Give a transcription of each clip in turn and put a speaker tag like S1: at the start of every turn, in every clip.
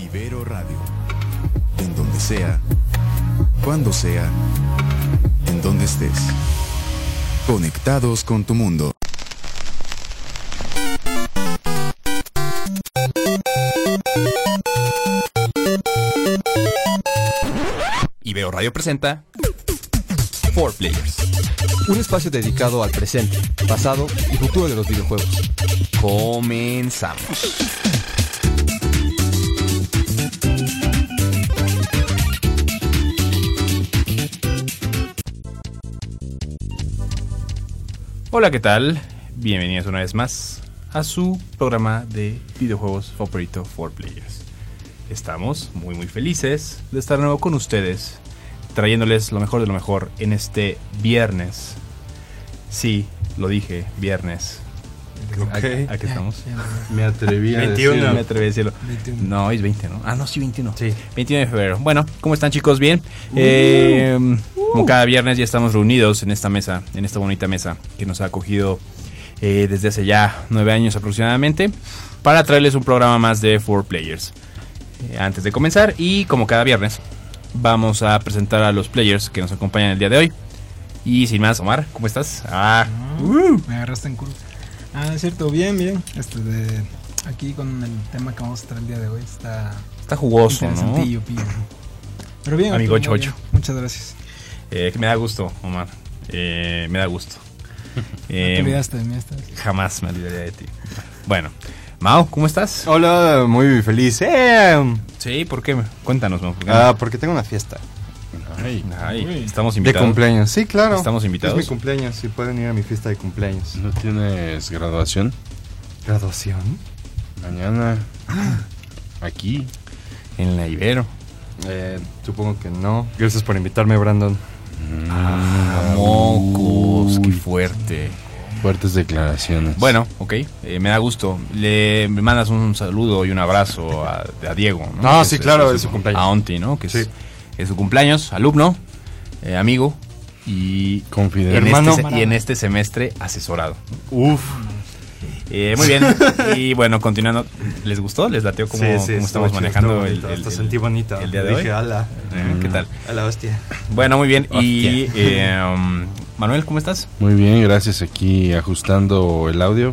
S1: Ibero Radio. En donde sea, cuando sea, en donde estés. Conectados con tu mundo.
S2: Ibero Radio presenta Four Players
S3: Un espacio dedicado al presente, pasado y futuro de los videojuegos.
S2: Comenzamos. Hola, ¿qué tal? Bienvenidos una vez más a su programa de videojuegos favorito for players. Estamos muy muy felices de estar de nuevo con ustedes, trayéndoles lo mejor de lo mejor en este viernes. Sí, lo dije, viernes. ¿A, a qué estamos?
S4: Me atreví a
S2: 21.
S4: decirlo.
S2: Me atreví a decirlo. No, es 20, ¿no? Ah, no, sí, 21. 21 de febrero. Bueno, ¿cómo están chicos? Bien. Eh, Como cada viernes ya estamos reunidos en esta mesa, en esta bonita mesa que nos ha acogido eh, desde hace ya nueve años aproximadamente, para traerles un programa más de Four Players. Eh, antes de comenzar, y como cada viernes, vamos a presentar a los players que nos acompañan el día de hoy. Y sin más, Omar, ¿cómo estás? Ah, uh,
S5: Me agarraste en curva. Ah, es cierto, bien, bien. Este de- aquí con el tema que vamos a tratar el día de hoy está
S2: está jugoso, ¿no?
S5: interesantillo, pillo. Pero bien,
S2: Amigo
S5: Arturo, muy
S2: Chocho.
S5: bien. Muchas gracias.
S2: Eh, que me da gusto, Omar. Eh, me da gusto.
S5: No
S2: Eh,
S5: te olvidaste de mí esta vez.
S2: jamás me olvidaría de ti. Bueno, Mao, ¿cómo estás?
S4: Hola, muy feliz. Eh,
S2: Sí, ¿por qué? Cuéntanos, Mao. ¿por qué?
S4: ah, porque tengo una fiesta
S2: Ay, ay,
S5: uy.
S2: estamos
S4: de
S2: invitados.
S4: cumpleaños. Sí, claro.
S2: ¿Estamos invitados?
S4: Es mi cumpleaños. Si pueden ir a mi fiesta de cumpleaños.
S6: ¿No tienes graduación?
S4: Graduación.
S6: Mañana. Aquí.
S2: en la Ibero.
S4: Eh, supongo que no. Gracias por invitarme, Brandon.
S2: Ah, mocos, qué fuerte.
S6: Fuertes declaraciones.
S2: Bueno, ok, eh, me da gusto. Le me mandas un saludo y un abrazo a, a Diego. ¿no?
S4: Ah,
S2: Que
S4: sí, claro, es su
S2: A
S4: cumpleaños.
S2: Onti, ¿no? Que es,
S4: Sí.
S2: es su cumpleaños, alumno, eh, amigo y en
S6: Confidente.
S4: Hermano.
S2: este se- y en este semestre asesorado.
S4: Uf.
S2: Eh, muy bien. y bueno, continuando, ¿les gustó? ¿Les lateó cómo, cómo estamos manejando el, el-
S4: Te
S2: el-
S4: sentí bonito. Mm.
S2: el día de hoy? Pues,
S4: Dije, ala.
S2: Eh, ¿Qué tal?
S4: A la hostia.
S2: Bueno, muy bien. Y
S6: Hostia.
S2: eh, um, Manuel, ¿cómo estás?
S6: Muy bien, gracias. Aquí ajustando el audio.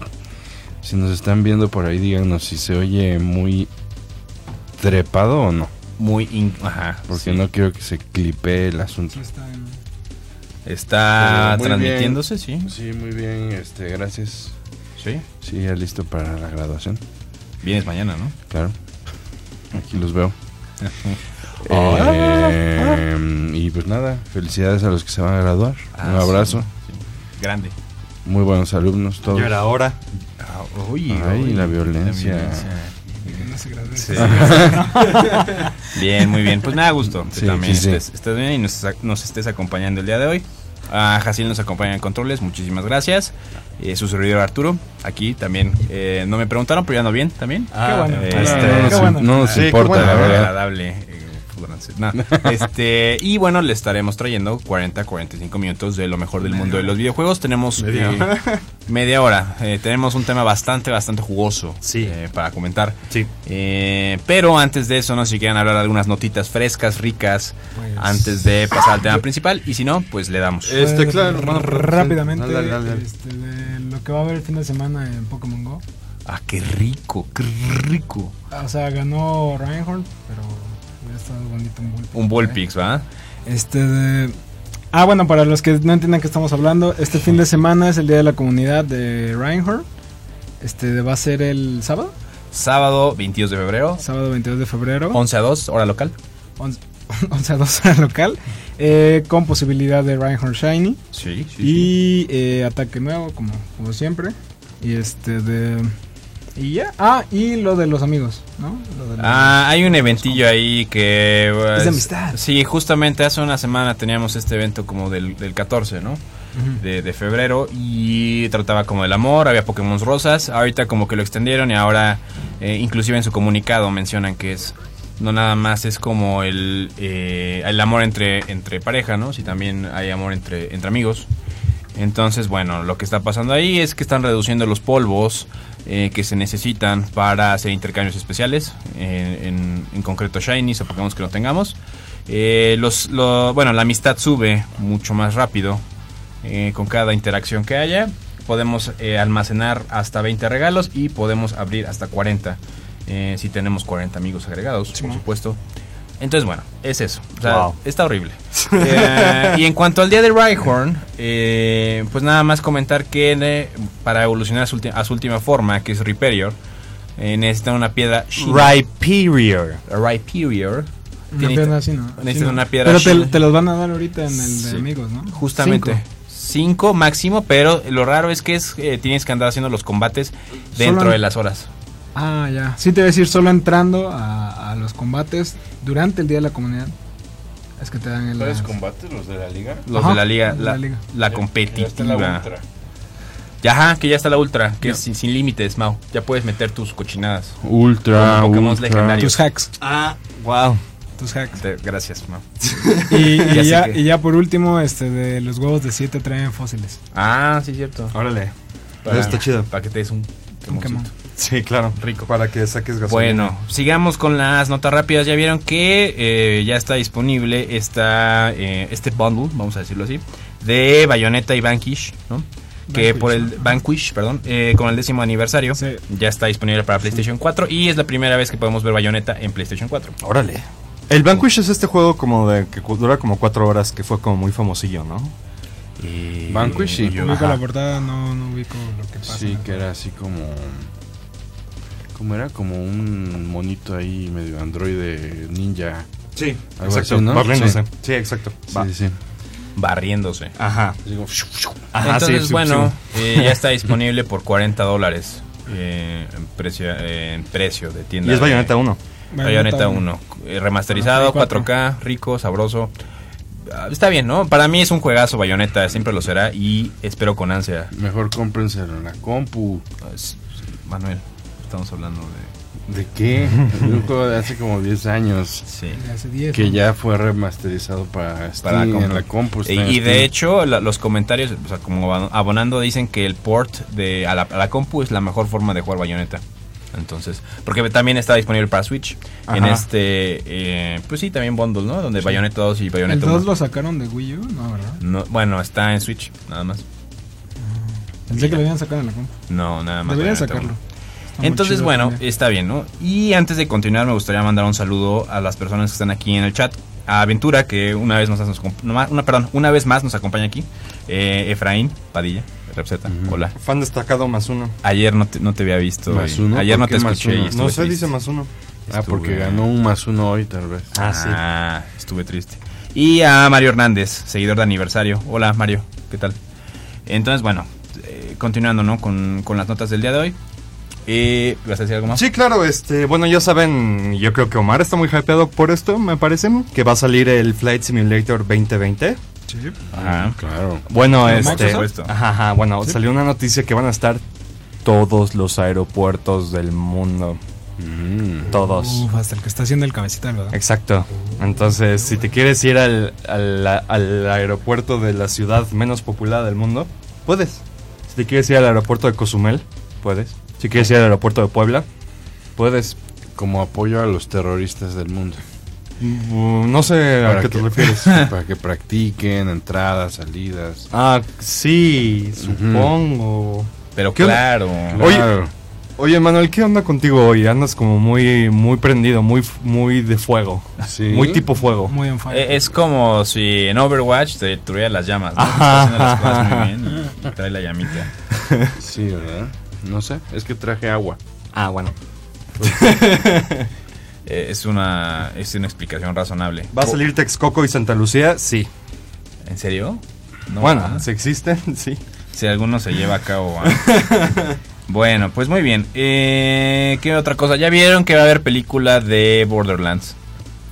S6: Si nos están viendo por ahí, díganos si se oye muy trepado o no.
S2: Muy... in- Ajá. sí.
S6: Porque no quiero que se clipe el asunto.
S5: Sí, está en-
S2: Está
S6: Pues, muy
S2: transmitiéndose, sí.
S6: Sí, muy bien. Este, gracias.
S2: Sí.
S6: Sí, ya listo para la graduación.
S2: Vienes mañana, ¿no?
S6: Claro. Aquí los veo.
S2: Ah.
S6: Eh, y pues nada, felicidades a los que se van a graduar. Un
S2: Ah,
S6: abrazo.
S2: sí, sí. Grande.
S6: Muy buenos alumnos todos.
S4: Yo era ahora.
S2: Uy,
S6: Ah, Ay, la violencia.
S5: No se gradúe.
S2: Sí. bien, muy bien. Pues me da gusto que
S6: Sí,
S2: también
S6: sí, sí.
S2: Estés, estés bien y nos, nos estés acompañando el día de hoy. A Jacil nos acompaña en controles, muchísimas gracias. Eh, su servidor Arturo, aquí también. Eh, no me preguntaron, pero ya no bien también.
S5: Qué bueno.
S2: eh,
S5: Qué
S2: este,
S6: No nos,
S5: qué bueno.
S6: no nos
S4: Sí, qué
S6: importa,
S4: Ah, bueno.
S6: la verdad.
S2: agradable. eh, fútbol francés. No, este, y bueno, le estaremos trayendo 40-45 minutos de lo mejor del mundo de los videojuegos. Tenemos
S4: Media
S2: eh, media hora. Eh, tenemos un tema bastante, bastante jugoso
S4: Sí.
S2: eh, para comentar.
S4: Sí.
S2: Eh, pero antes de eso, no sé si quieren hablar algunas notitas frescas, ricas,
S5: Pues-
S2: antes de pasar al tema principal. Y si no, pues le damos.
S4: Eh, Este,
S5: Pues,
S4: claro, hermano, pero-
S5: rápidamente,
S4: dale, dale, dale.
S5: este, de lo que va a haber el fin de semana en Pokémon Go.
S2: Ah, qué rico, qué rico.
S5: Ah, O sea, ganó Reinhardt, pero hubiera estado bonito un Bullpix.
S2: Un Volpix, ¿va?
S5: Este de- Ah, bueno, para los que no entiendan qué estamos hablando, este fin de semana es el Día de la Comunidad de Reinhardt. Este va a ser el sábado,
S2: Sábado 22 de febrero,
S5: sábado 22 de febrero,
S2: 11 a 2, hora local.
S5: 11 11 a 2 horas local, eh, con posibilidad de Reinhardt Shiny
S2: Sí,
S5: y eh, ataque nuevo, como, como siempre. Y este de... Y ya. Ah, y lo de los amigos, ¿no? Lo de los-
S2: Ah, hay un eventillo ahí que... pues,
S5: Es de amistad.
S2: Sí, justamente hace una semana teníamos este evento como del, del 14, ¿no?
S5: Ujú.
S2: De, de febrero y trataba como del amor, había Pokémon rosas, ahorita como que lo extendieron y ahora eh, inclusive en su comunicado mencionan que es... No nada más es como el, eh, el amor entre, entre pareja, ¿no? Si también hay amor entre, entre amigos. Entonces, bueno, lo que está pasando ahí es que están reduciendo los polvos, eh, que se necesitan para hacer intercambios especiales, eh, en, en concreto Shinies o Pokémon que no tengamos. Eh, los, lo- bueno, la amistad sube mucho más rápido eh, con cada interacción que haya. Podemos eh, almacenar hasta 20 regalos y podemos abrir hasta 40 eh, si tenemos 40 amigos agregados, por supuesto. Entonces, bueno, es eso. O sea,
S4: Wow.
S2: Está horrible. Eh, y en cuanto al día de Rhyhorn, eh, pues nada más comentar que eh, para evolucionar a su, ulti- a su última forma, que es Rhyperior, eh, necesita una piedra Shina.
S4: Rhyperior.
S2: Rhyperior.
S5: Una
S2: Tiene-
S5: piedra así, ¿no?
S2: necesitas
S5: Sí, ¿no?
S2: una piedra
S5: Pero
S2: Shina.
S5: te, te los van a dar ahorita en el
S2: Sí.
S5: de amigos, ¿no?
S2: Justamente.
S5: Cinco.
S2: Cinco. máximo, pero lo raro es que es, eh, tienes que andar haciendo los combates dentro
S5: Solo-
S2: de las horas.
S5: Ah, ya. Sí, te voy a decir, solo entrando a, a los combates durante el Día de la Comunidad es que te dan el.
S6: ¿Puedes combates los de la liga?
S2: Los
S5: Ajá,
S2: de la liga,
S5: los de
S2: la,
S5: la liga.
S2: la
S6: Ya está la
S2: competitiva.
S6: ultra.
S2: Ya, ajá, que ya está la ultra, que es sin, sin límites, Mau. Ya puedes meter tus cochinadas.
S6: Ultra,
S2: Con Pokémon
S6: ultra.
S2: legendarios.
S5: Tus hacks.
S4: Ah, wow.
S5: Tus hacks.
S2: Te- gracias, Mau.
S5: Y, y
S2: Ya sé
S5: ya,
S2: que-
S5: y ya por último, este de los huevos de 7 traen fósiles.
S2: Ah, sí, cierto.
S4: Órale.
S2: Para-
S4: está chido.
S2: Para que te des un
S5: Un quemón.
S2: quemoncito.
S4: Sí, claro. Rico. Para que saques gasolina.
S2: Bueno, sigamos con las notas rápidas. Ya vieron que eh, ya está disponible esta, eh, este bundle, vamos a decirlo así, de Bayonetta y Vanquish, ¿no? Que
S5: Vanquish,
S2: por el Vanquish, perdón, eh, con el décimo aniversario,
S5: Sí.
S2: ya está disponible para PlayStation 4 y es la primera vez que podemos ver Bayonetta en PlayStation 4.
S4: Órale. El Vanquish es este juego como de que cu- dura como cuatro horas, que fue como muy famosillo, ¿no?
S2: Y-
S6: Vanquish, sí.
S2: yo-
S5: Ubico
S2: ajá.
S5: la portada, no, no ubico lo que pasa.
S6: Sí, que era así como. Como era como un monito ahí medio androide ninja.
S4: Sí,
S6: Algo
S4: exacto.
S6: así, ¿no?
S4: Barriéndose.
S6: Sí.
S4: Sí. exacto. Va.
S6: Sí, sí.
S2: barriéndose.
S4: Ajá. Ajá,
S2: Entonces,
S4: sí, sí,
S2: bueno,
S4: sí.
S2: eh, ya está disponible por 40 dólares eh, en, precio, eh, en precio de tienda.
S4: Y es
S2: de-
S4: Bayonetta 1.
S2: Bayonetta 1. eh, Remasterizado, 4K, rico, sabroso. Ah, Está bien, ¿no? Para mí es un juegazo Bayonetta, siempre lo será y espero con ansia.
S6: Mejor cómprenselo en la compu.
S2: Ah, es- Manuel, estamos hablando de...
S6: ¿De qué? un juego de hace como 10 años.
S2: Sí.
S5: De hace 10.
S6: Que ya fue remasterizado para,
S2: Para
S6: Steam,
S2: compu.
S6: en la compu.
S2: Y,
S6: está este en
S2: y
S6: Steam.
S2: de hecho, la- los comentarios, o sea, como abon- abonando, dicen que el port de, a, la, a la compu es la mejor forma de jugar Bayonetta. Entonces, porque también está disponible para Switch. En
S4: Ajá.
S2: este, eh, pues sí, también bundle, ¿no? Donde Bayonetta 2 y
S5: ¿El
S2: Bayonetta 1.
S5: 2 lo sacaron de Wii U? No, ¿verdad?
S2: No, bueno, está en Switch, nada más.
S5: Pensé que lo habían sacado en la compu.
S2: No, nada más.
S5: Deberían
S2: Bayonetta
S5: sacarlo.
S2: 1.
S5: Está muy
S2: Entonces,
S5: chido
S2: bueno,
S5: también.
S2: está bien, ¿no? Y antes de continuar, me gustaría mandar un saludo a las personas que están aquí en el chat. A Aventura, que una vez, más nos, acom- no, ma- una, perdón, una vez más nos acompaña aquí. Eh, Efraín Padilla, Repseta, hola.
S4: Fan destacado más uno.
S2: Ayer no te, no te había visto.
S6: Más
S2: y-
S6: uno,
S2: ayer
S6: ¿por
S2: no
S6: qué
S2: te
S6: más
S2: escuché. y
S6: uno?
S2: estuve
S4: No sé,
S2: triste.
S4: dice más uno.
S6: Ah, porque
S2: Estuve-
S6: ganó un más uno hoy, tal vez.
S4: Ah, sí.
S2: Ah, estuve triste. Y a Mario Hernández, seguidor de aniversario. Hola Mario, ¿qué tal? Entonces, bueno, eh, continuando ¿no? con, con las notas del día de hoy. Eh, ¿Vas a decir
S6: Ah.
S2: algo más?
S4: Sí, claro, este, bueno, ya saben, yo creo que Omar está muy hypeado por esto, me parece, que va a salir el Flight Simulator 2020.
S2: eh, Ajá.
S6: Claro.
S4: Bueno,
S5: ¿De
S4: este,
S2: Microsoft?
S4: ajá, ajá, bueno, salió una noticia que van a estar todos los aeropuertos del mundo,
S6: Mm.
S4: todos.
S5: Uf, hasta el que está haciendo el cabecita, ¿verdad?
S4: Exacto. Entonces, si te quieres ir al, al- al aeropuerto de la ciudad menos populada del mundo, puedes. Si te quieres ir al aeropuerto de Cozumel, puedes. Si quieres ir al aeropuerto de Puebla, puedes.
S6: Como apoyo a los terroristas del mundo.
S4: Mm, No sé a qué te refieres.
S6: para que practiquen entradas, salidas.
S4: Ah, sí, supongo.
S2: Pero
S4: ¿Qué onda? Oh,
S2: claro.
S6: Ah,
S4: Oye. Oye, Manuel, ¿qué onda contigo hoy? Andas como muy, muy prendido, muy, f- muy de fuego.
S6: Sí.
S4: Muy tipo fuego.
S5: Muy en fire.
S2: Eh, Es como si en Overwatch te tuvieran las llamas. ¿no?
S4: Ajá.
S2: Estás haciendo las cosas muy bien y, y trae la llamita.
S6: Sí, ¿verdad? No sé, es que traje agua.
S4: Ah, bueno.
S2: Eh, es, una, es una explicación razonable.
S4: ¿Va a salir Texcoco y Santa Lucía? Sí.
S2: ¿En serio? No,
S4: bueno,
S2: ¿verdad?
S4: si existen, sí.
S2: Si alguno se lleva a cabo. ah. bueno, pues muy bien. Eh, ¿Qué otra cosa? Ya vieron que va a haber película de Borderlands.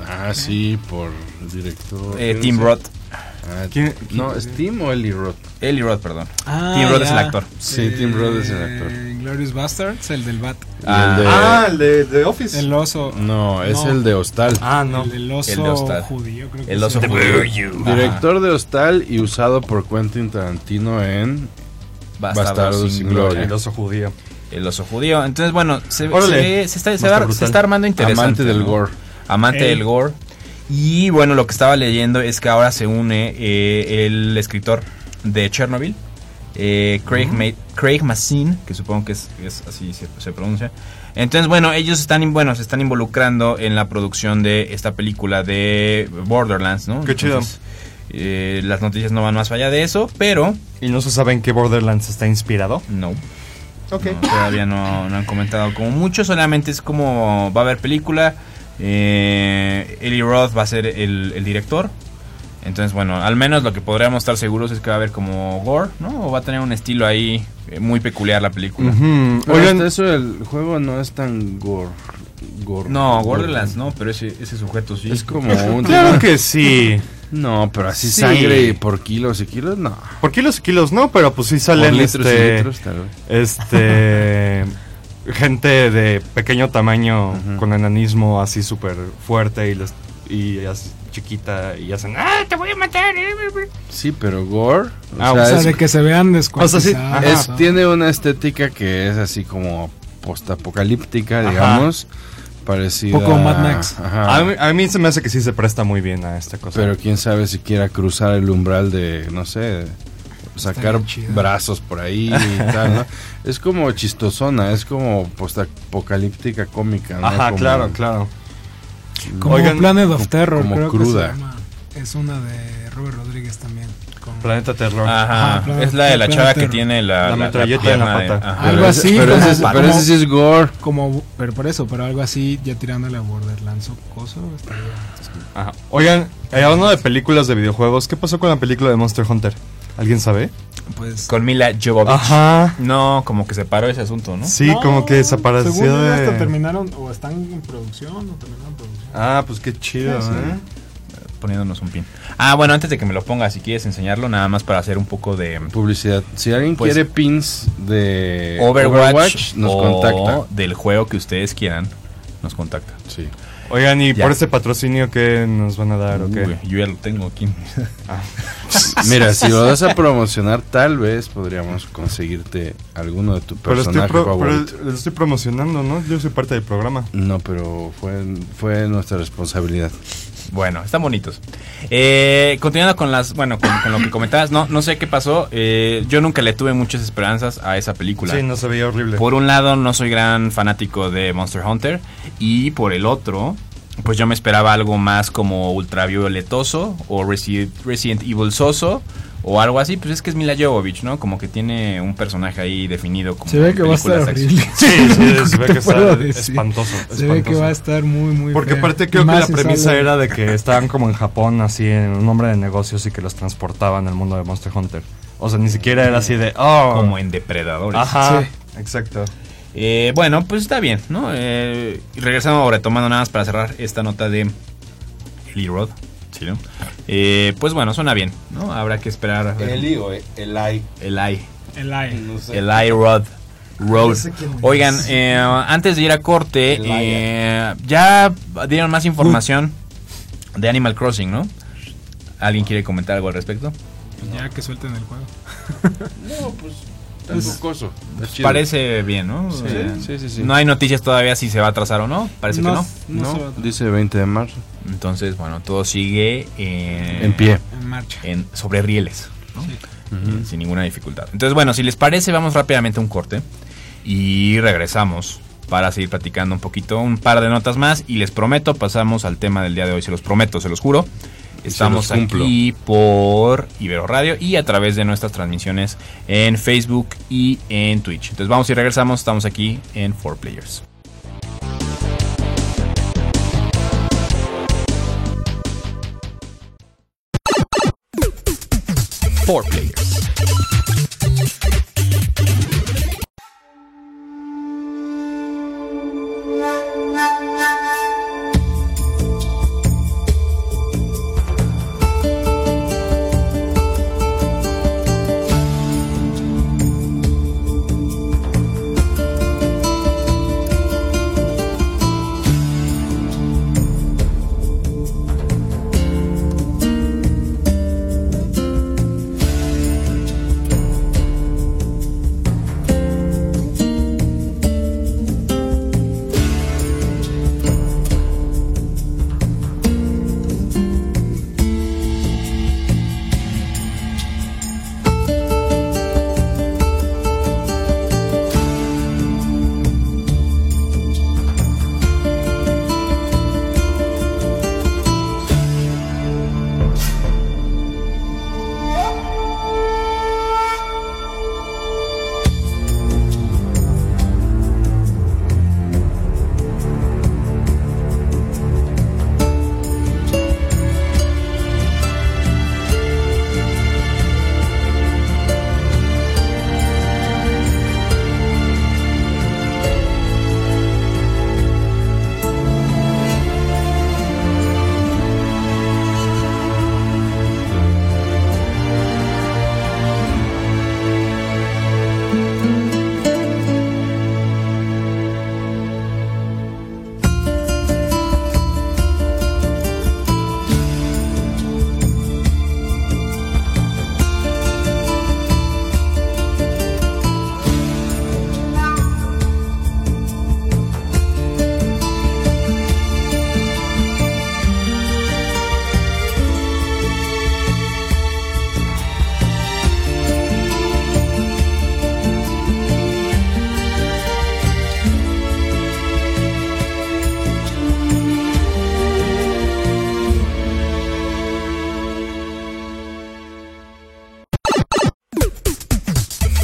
S6: Ah, sí, por el director.
S2: Eh,
S6: ¿quién
S2: Tim
S6: es?
S2: Roth.
S6: Ah,
S4: ¿Quién-
S6: no, ¿es Tim o Eli Roth?
S2: Eli Roth, perdón.
S5: Ah,
S2: Tim Roth es el
S5: ya.
S2: actor.
S6: Sí, Tim Roth es el actor.
S5: Eh, Glorious Bastards, el del Bat.
S2: Ah,
S6: Y el de-
S4: el de, de Office.
S5: El oso.
S6: no, es
S5: no.
S6: el de Hostal.
S4: Mm. ah, no.
S5: El, el oso
S2: El de Ostad.
S5: judío, creo que
S2: El
S5: se
S2: oso
S5: llama.
S2: judío. Ajá.
S6: Director de Hostal y usado por Quentin Tarantino en
S2: Bastardos sin gloria.
S4: El oso judío.
S2: el oso judío. Entonces, bueno, se, se,
S4: Órale.
S2: ve- se está, se,
S4: No está
S2: va- se
S4: brutal.
S2: está armando interesante.
S6: Amante del
S2: ¿no?
S6: gore.
S2: Amante
S5: Ey.
S2: del gore. Y bueno, lo que estaba leyendo es que ahora se une eh, el escritor de Chernobyl, eh, Craig, Ma- Craig Massin, que supongo que es, es así se, se pronuncia. Entonces, bueno, ellos están, in- bueno, se están involucrando en la producción de esta película de Borderlands, ¿no?
S4: Qué chido.
S2: eh, las noticias no van más allá de eso, pero
S4: ¿Y no se sabe en qué Borderlands está inspirado?
S2: no. No, todavía no, no han comentado como mucho, solamente es como va a haber película. Eh, Eli Roth va a ser el, el director. Entonces, bueno, al menos lo que podríamos estar seguros es que va a haber como gore, ¿no? O va a tener un estilo ahí eh, muy peculiar la película.
S4: Ujú.
S6: Pero
S4: Oigan,
S6: hasta eso el juego no es tan gore. gore-
S2: No,
S6: gore.
S2: Borderlands no, pero ese, ese sujeto sí.
S6: Es como un...
S4: claro que sí.
S6: No, pero así
S4: Sí.
S6: sangre por kilos y kilos, no.
S4: ¿Por kilos y kilos no? Pero pues sí
S6: Por
S4: salen
S6: litros
S4: este,
S6: y litros, tal vez.
S4: este gente de pequeño tamaño
S6: Ujú.
S4: con enanismo así súper fuerte y, les- y así chiquita y hacen ¡Ah, te voy a matar! eh, eh, eh".
S6: Sí, pero gore. o
S4: Ah,
S5: O
S6: sea,
S5: sea,
S6: es-
S5: de que se vean
S4: sí,
S5: descuartizados.
S4: ajá.
S6: es- tiene una estética que es así como postapocalíptica,
S4: Ajá.
S6: digamos. Parecida
S5: Poco Mad Max.
S6: Ajá.
S4: A mí, a mí se me hace que sí se presta muy bien a esta cosa.
S6: Ah. Pero quién sabe si quiera cruzar el umbral de, no sé, sacar
S5: bien chido.
S6: brazos por ahí y tal, ¿no? Es como chistosona, es como postapocalíptica cómica, ¿no?
S4: Ajá,
S6: Como-
S4: claro, claro.
S5: Como
S4: Oigan,
S5: Planet of
S6: como-
S5: Terror,
S6: como
S5: creo
S6: cruda.
S5: que se llama. Es una de Robert Rodríguez también. con-
S4: Planeta Terror.
S6: Ah,
S2: Ajá,
S5: Ajá,
S2: es
S4: Ah,
S2: la de la
S5: Planet
S2: chava que
S5: Terror.
S2: tiene la,
S4: La metralleta en la
S2: pierna de-
S4: pata.
S2: ajá.
S5: Algo
S6: Pero
S5: así,
S6: ese- Pero,
S5: como-
S6: ese, pero ese sí es gore.
S5: Como, pero por eso, pero algo así, ya tirándole a Borderlands o cosa. estaría-
S4: Ajá. Oigan, eh, hablando de películas de videojuegos, ¿qué pasó con la película de Monster Hunter? ¿Alguien sabe?
S5: Pues,
S2: Con Mila Jovovich.
S4: Ah. Ajá.
S2: No, como que se paró ese asunto, ¿no?
S4: Sí, como que
S5: según
S4: desapareció
S5: yo, hasta
S4: de...
S5: terminaron o están en producción o terminaron producción.
S4: Ah, pues qué chido,
S5: Sí, sí.
S4: ¿eh?
S2: Poniéndonos un pin. Ah, bueno, antes de que me lo ponga, si quieres enseñarlo, nada más para hacer un poco de... eh,
S6: Publicidad. Si alguien
S2: Pues-
S6: quiere pins de
S2: Overwatch,
S6: nos
S2: o
S6: contacta.
S2: del juego que ustedes quieran, nos contacta.
S6: Sí.
S4: Oigan, ¿y
S2: Ya.
S4: por ese patrocinio qué nos van a dar o qué?
S2: Uy, yo ya lo tengo aquí.
S6: Mira, si lo vas a promocionar, tal vez podríamos conseguirte alguno de tu
S4: Pero, estoy
S6: personaje
S4: pro-
S6: favorito.
S4: pero lo estoy promocionando, ¿no? Yo soy parte del programa.
S6: No, pero fue, fue nuestra responsabilidad.
S2: Bueno, están bonitos. Eh, continuando con las, bueno, con, con lo que comentabas, no, no sé qué pasó. eh, yo nunca le tuve muchas esperanzas a esa película.
S4: Sí, no se veía horrible.
S2: Por un lado, no soy gran fanático de Monster Hunter. Y por el otro, pues yo me esperaba algo más como ultravioletoso o Resi- Resident Evil soso. O algo así, pues es que es Mila Jovovich, ¿no? Como que tiene un personaje ahí definido como
S5: Se ve que va a estar
S2: películas de acción.
S4: Sí,
S5: horrible.
S4: sí, se ve
S5: te
S4: que está
S5: puedo decir.
S4: espantoso.
S5: Se ve que
S4: espantoso.
S5: va a estar muy, muy
S4: Porque
S5: fea.
S4: aparte
S5: Y
S4: creo que
S5: más
S4: la
S5: si
S4: premisa
S5: sale-
S4: era de que estaban como en Japón, así en un nombre de negocios y que los transportaban al mundo de Monster Hunter. O sea, ni siquiera era así de, oh,
S2: como en depredadores.
S4: ajá,
S5: Sí.
S4: exacto.
S2: Eh, bueno, pues está bien, ¿no? Eh, y regresando o retomando nada más para cerrar esta nota de Eli Roth. ¿sí, no? Eh, pues bueno, suena bien, ¿no? Habrá que esperar. a ver.
S6: o el I.
S2: Eli.
S5: El aire.
S2: Eli Roth. Roth.
S5: sé quién es.
S2: Oigan, eh, antes de ir a corte,
S6: Eli.
S2: eh, ya dieron más información de Animal Crossing, ¿no? ¿Alguien quiere comentar algo al respecto?
S5: pues, Ya que suelten el juego.
S6: No, pues tan jocoso.
S2: Parece bien, ¿no?
S6: Sí, sí, sí, sí.
S2: No hay noticias todavía si se va a atrasar o no. Parece que no.
S5: No,
S6: No,
S5: se va
S6: dice 20 de marzo.
S2: Entonces, bueno, todo sigue eh,
S6: En pie.
S5: en marcha.
S2: en- sobre rieles, ¿no? Eh, sin ninguna dificultad. Entonces, bueno, si les parece, vamos rápidamente a un corte y regresamos para seguir platicando un poquito, un par de notas más y les prometo, pasamos al tema del día de hoy, se los prometo, se los juro. Estamos
S6: los cumplo.
S2: aquí por Ibero Radio y a través de nuestras transmisiones en Facebook y en Twitch. Entonces vamos y regresamos, estamos aquí en 4Players. Four Players.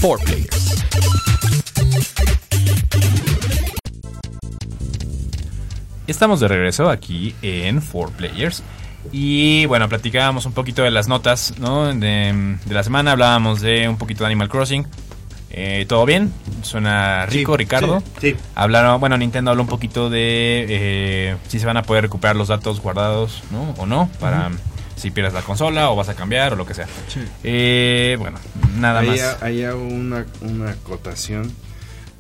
S3: Four Players.
S2: Estamos de regreso aquí en Four Players. Y bueno, platicábamos un poquito de las notas ¿no? de, de la semana. Hablábamos de un poquito de Animal Crossing. Eh, ¿Todo bien? Suena rico, Ricardo.
S7: Sí.
S2: Hablaron, bueno, Nintendo habló un poquito de eh, si se van a poder recuperar los datos guardados ¿no? o no. Para si pierdes la consola o vas a cambiar o lo que sea. Eh, bueno, nada más.
S6: Había, había una, una acotación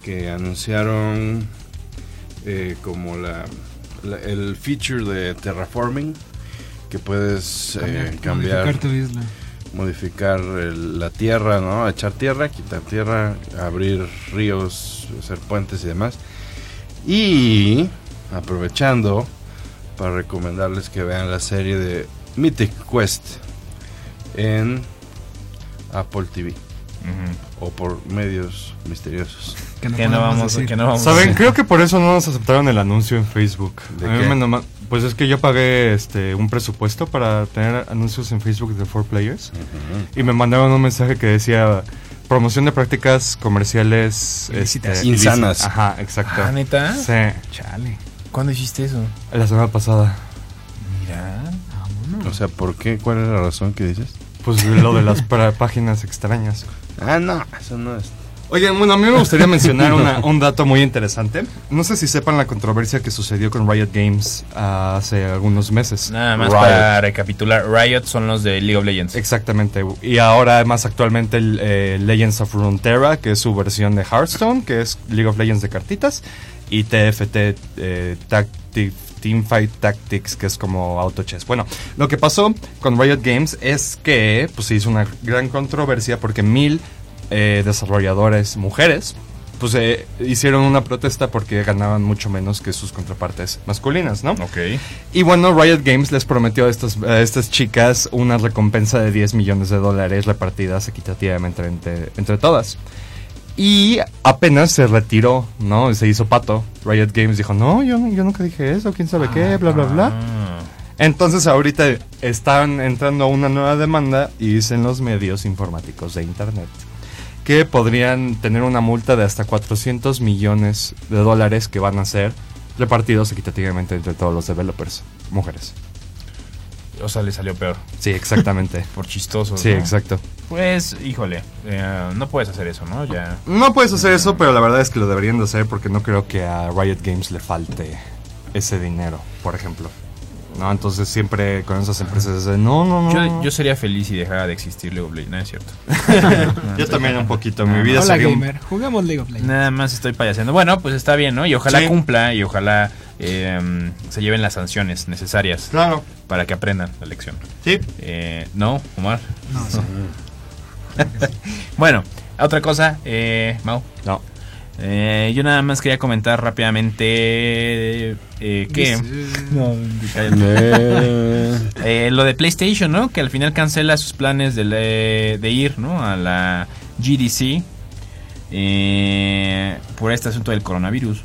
S6: que anunciaron eh, como la, la- el feature de terraforming que puedes eh, cambiar,
S5: Modificar tu isla.
S6: modificar el- la tierra, ¿no? Echar tierra, quitar tierra, abrir ríos, hacer puentes y demás. Y aprovechando para recomendarles que vean la serie de Mythic Quest en Apple TV
S2: Ujú.
S6: o por medios misteriosos.
S5: Que no,
S2: Que no
S5: podemos
S2: vamos,
S5: decir.
S2: que no
S6: Oh,
S2: vamos
S4: Saben, creo que por eso no nos aceptaron el anuncio en Facebook.
S6: ¿De
S4: A mí
S6: qué?
S4: me noma- pues es que yo pagué este un presupuesto para tener anuncios en Facebook de 4 Players y me mandaron un mensaje que decía promoción de prácticas comerciales
S5: Ilícitas.
S4: este,
S6: Insanas.
S4: Ajá, exacto.
S2: Ah, ¿neta?
S4: Sí,
S5: Chale.
S2: ¿Cuándo hiciste eso?
S4: la semana pasada.
S2: Mira.
S6: O sea, ¿por qué? ¿Cuál es la razón que dices?
S4: Pues lo de las pra- páginas extrañas.
S6: Ah, no, eso no es.
S4: Oigan, bueno, a mí me gustaría mencionar una- un dato muy interesante. No sé si sepan la controversia que sucedió con Riot Games ah, hace algunos meses.
S2: Nada más
S6: Riot.
S2: para recapitular, Riot son los de League of Legends.
S4: Exactamente. Y ahora más actualmente el, eh, Legends of Runeterra, que es su versión de Hearthstone, que es League of Legends de cartitas, y TFT eh, Tactic- Teamfight Tactics, que es como auto chess. Bueno, lo que pasó con Riot Games es que pues se hizo una gran controversia porque mil eh, desarrolladores mujeres pues eh, hicieron una protesta porque ganaban mucho menos que sus contrapartes masculinas, ¿no?
S2: Ok.
S4: Y bueno, Riot Games les prometió a estas, a estas chicas una recompensa de 10 millones de dólares repartidas equitativamente entre, entre todas. Y apenas se retiró, ¿no? Se hizo pato. Riot Games dijo, no, yo, no- yo nunca dije eso, quién sabe qué, bla, bla, bla.
S2: Ah.
S4: Entonces ahorita están entrando a una nueva demanda y dicen los medios informáticos de Internet que podrían tener una multa de hasta 400 millones de dólares que van a ser repartidos equitativamente entre todos los developers, mujeres.
S2: O sea, le salió peor.
S4: Sí, exactamente.
S2: Por chistoso.
S4: sí,
S2: ¿no?
S4: exacto.
S2: Pues, híjole, eh, no puedes hacer eso, ¿no? Ya.
S4: No puedes hacer eso, pero la verdad es que lo deberían de hacer porque no creo que a Riot Games le falte ese dinero, por ejemplo. No, entonces siempre con esas empresas es de, no, no, no.
S2: Yo,
S4: no".
S2: yo sería feliz si dejara de existir League of Legends, ¿no es cierto?
S4: Yo también un poquito. Mi vida
S5: Hola,
S4: sería un-
S5: gamer. Jugamos League of Legends.
S2: Nada más estoy payaseando. Bueno, pues está bien, ¿no? Y ojalá
S4: Sí.
S2: cumpla y ojalá eh, se lleven las sanciones necesarias
S4: Claro,
S2: para que aprendan la lección.
S4: sí.
S2: Eh, ¿No, Omar?
S5: No, sí.
S2: Bueno, otra cosa, eh, Mau.
S4: No.
S2: Eh, yo nada más quería comentar rápidamente eh, que eh, lo de PlayStation, ¿no? Que al final cancela sus planes de, le- de ir, ¿no? A la GDC eh, por este asunto del coronavirus.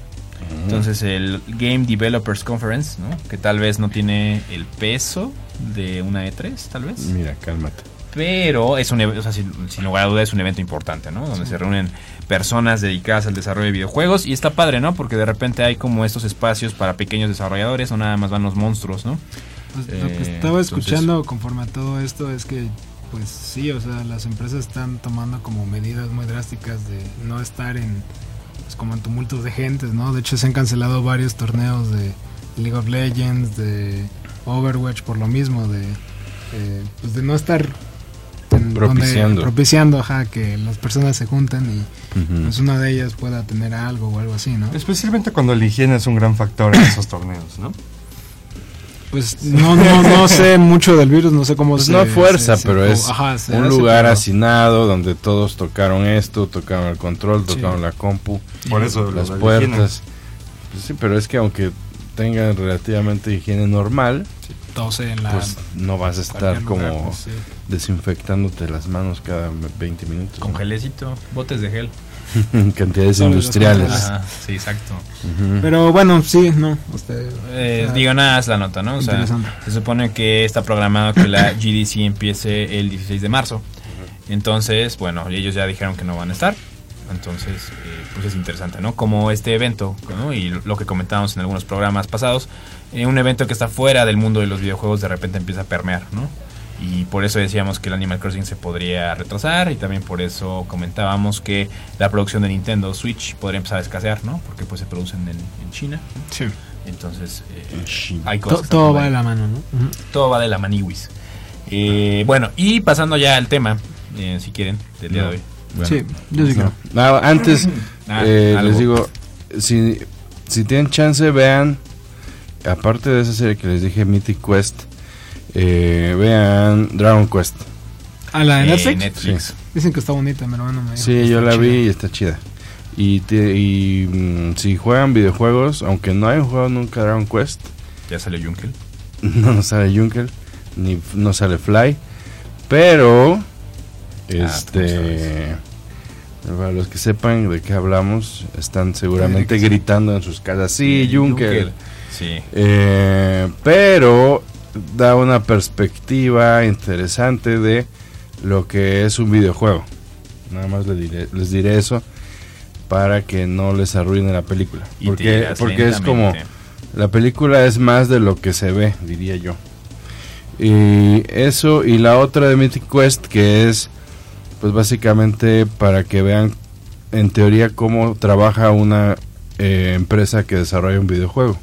S2: Entonces el Game Developers Conference, ¿no? Que tal vez no tiene el peso de una E3, tal vez.
S6: Mira, cálmate.
S2: Pero es un ev- o sea, sin, sin lugar a duda es un evento importante, ¿no? Donde se reúnen personas dedicadas al desarrollo de videojuegos y está padre, ¿no? Porque de repente hay como estos espacios para pequeños desarrolladores o nada más van los monstruos, ¿no?
S5: Pues, lo que
S2: Eh,
S5: estaba
S2: entonces-
S5: escuchando conforme a todo esto es que, pues sí, o sea, las empresas están tomando como medidas muy drásticas de no estar en, pues, como en tumultos de gentes, ¿no? De hecho, se han cancelado varios torneos de League of Legends, de Overwatch, por lo mismo, de, eh, pues, de no estar en donde-
S6: Propiciando.
S5: propiciando, ajá, que las personas se juntan y pues una de ellas pueda tener algo o algo así, ¿no?
S4: Especialmente cuando la higiene es un gran factor en esos torneos, ¿no?
S5: Pues no, no, no sé mucho del virus, no sé cómo
S6: Pues
S5: se-
S6: no a fuerza,
S5: se- se-
S6: pero es
S5: ajá, se
S6: un
S5: hace,
S6: lugar
S5: pero-
S6: hacinado donde todos tocaron esto, tocaron el control, tocaron la compu,
S4: Por eso
S6: las
S4: lo de la higiene.
S6: puertas. Pues sí, pero es que aunque tengan relativamente higiene normal,
S5: tose en la
S6: pues no vas a estar
S5: Ah, cualquier lugar,
S6: como
S5: pues, sí.
S6: desinfectándote las manos cada 20 minutos.
S2: Con
S6: ¿no?
S2: gelecito, botes de gel.
S6: Cantidades
S5: Sobre los
S6: industriales.
S5: controles.
S2: Ajá, sí, exacto.
S6: mm.
S5: Pero bueno, sí, no. Usted,
S2: Eh,
S5: o sea,
S2: digo, nada es la nota, ¿no? O sea,
S5: Ah, interesante.
S2: se supone que está programado que la GDC empiece el 16 de marzo. Entonces, bueno, y ellos ya dijeron que no van a estar. Entonces, eh, pues es interesante, ¿no? Como este evento, ¿no? Y lo que comentábamos en algunos programas pasados, eh, un evento que está fuera del mundo de los videojuegos de repente empieza a permear, ¿no? Y por eso decíamos que el Animal Crossing se podría retrasar y también por eso comentábamos que la producción de Nintendo Switch podría empezar a escasear, ¿no? Porque pues se producen en, en China. ¿no?
S5: Sí.
S2: Entonces, eh,
S6: China.
S2: hay
S5: To-
S2: cosas. que
S5: todo
S2: están
S5: va de
S2: mal.
S5: la mano, ¿no? Ujú.
S2: Todo va de la maniwis. Eh, bueno, y pasando ya al tema, eh, si quieren, del día de hoy. Bueno,
S5: sí,
S6: pues
S5: yo sí creo.
S6: Nada, antes
S2: Ah,
S6: eh,
S2: algo.
S6: les digo, si, si tienen chance, vean, aparte de esa serie que les dije, Mythic Quest, eh, vean Dragon Quest.
S5: ¿A la de
S2: eh,
S5: ¿Ah, Netflix?
S2: Netflix.
S5: Dicen que está bonita, mi hermano me dijo.
S6: Sí, yo la vi y está chida. Y, te- y, mm, si juegan videojuegos, aunque no hayan jugado nunca Dragon Quest,
S2: Ya salió Junkel.
S6: no nos sale Junkel, ni f- no sale Fly, pero
S2: Ah,
S6: este para los que sepan de qué hablamos, están seguramente gritando en sus casas, sí, Junkel.
S2: Eh, Sí.
S6: Eh, pero da una perspectiva interesante de lo que es un videojuego. Nada más les diré, les diré eso para que no les arruine la película.
S2: Y te
S6: Porque,
S2: irás
S6: porque es como...
S2: lentamente.
S6: La película es más de lo que se ve, diría yo. Y eso y la otra de Mythic Quest que es pues básicamente para que vean en teoría cómo trabaja una eh, empresa que desarrolla un videojuego.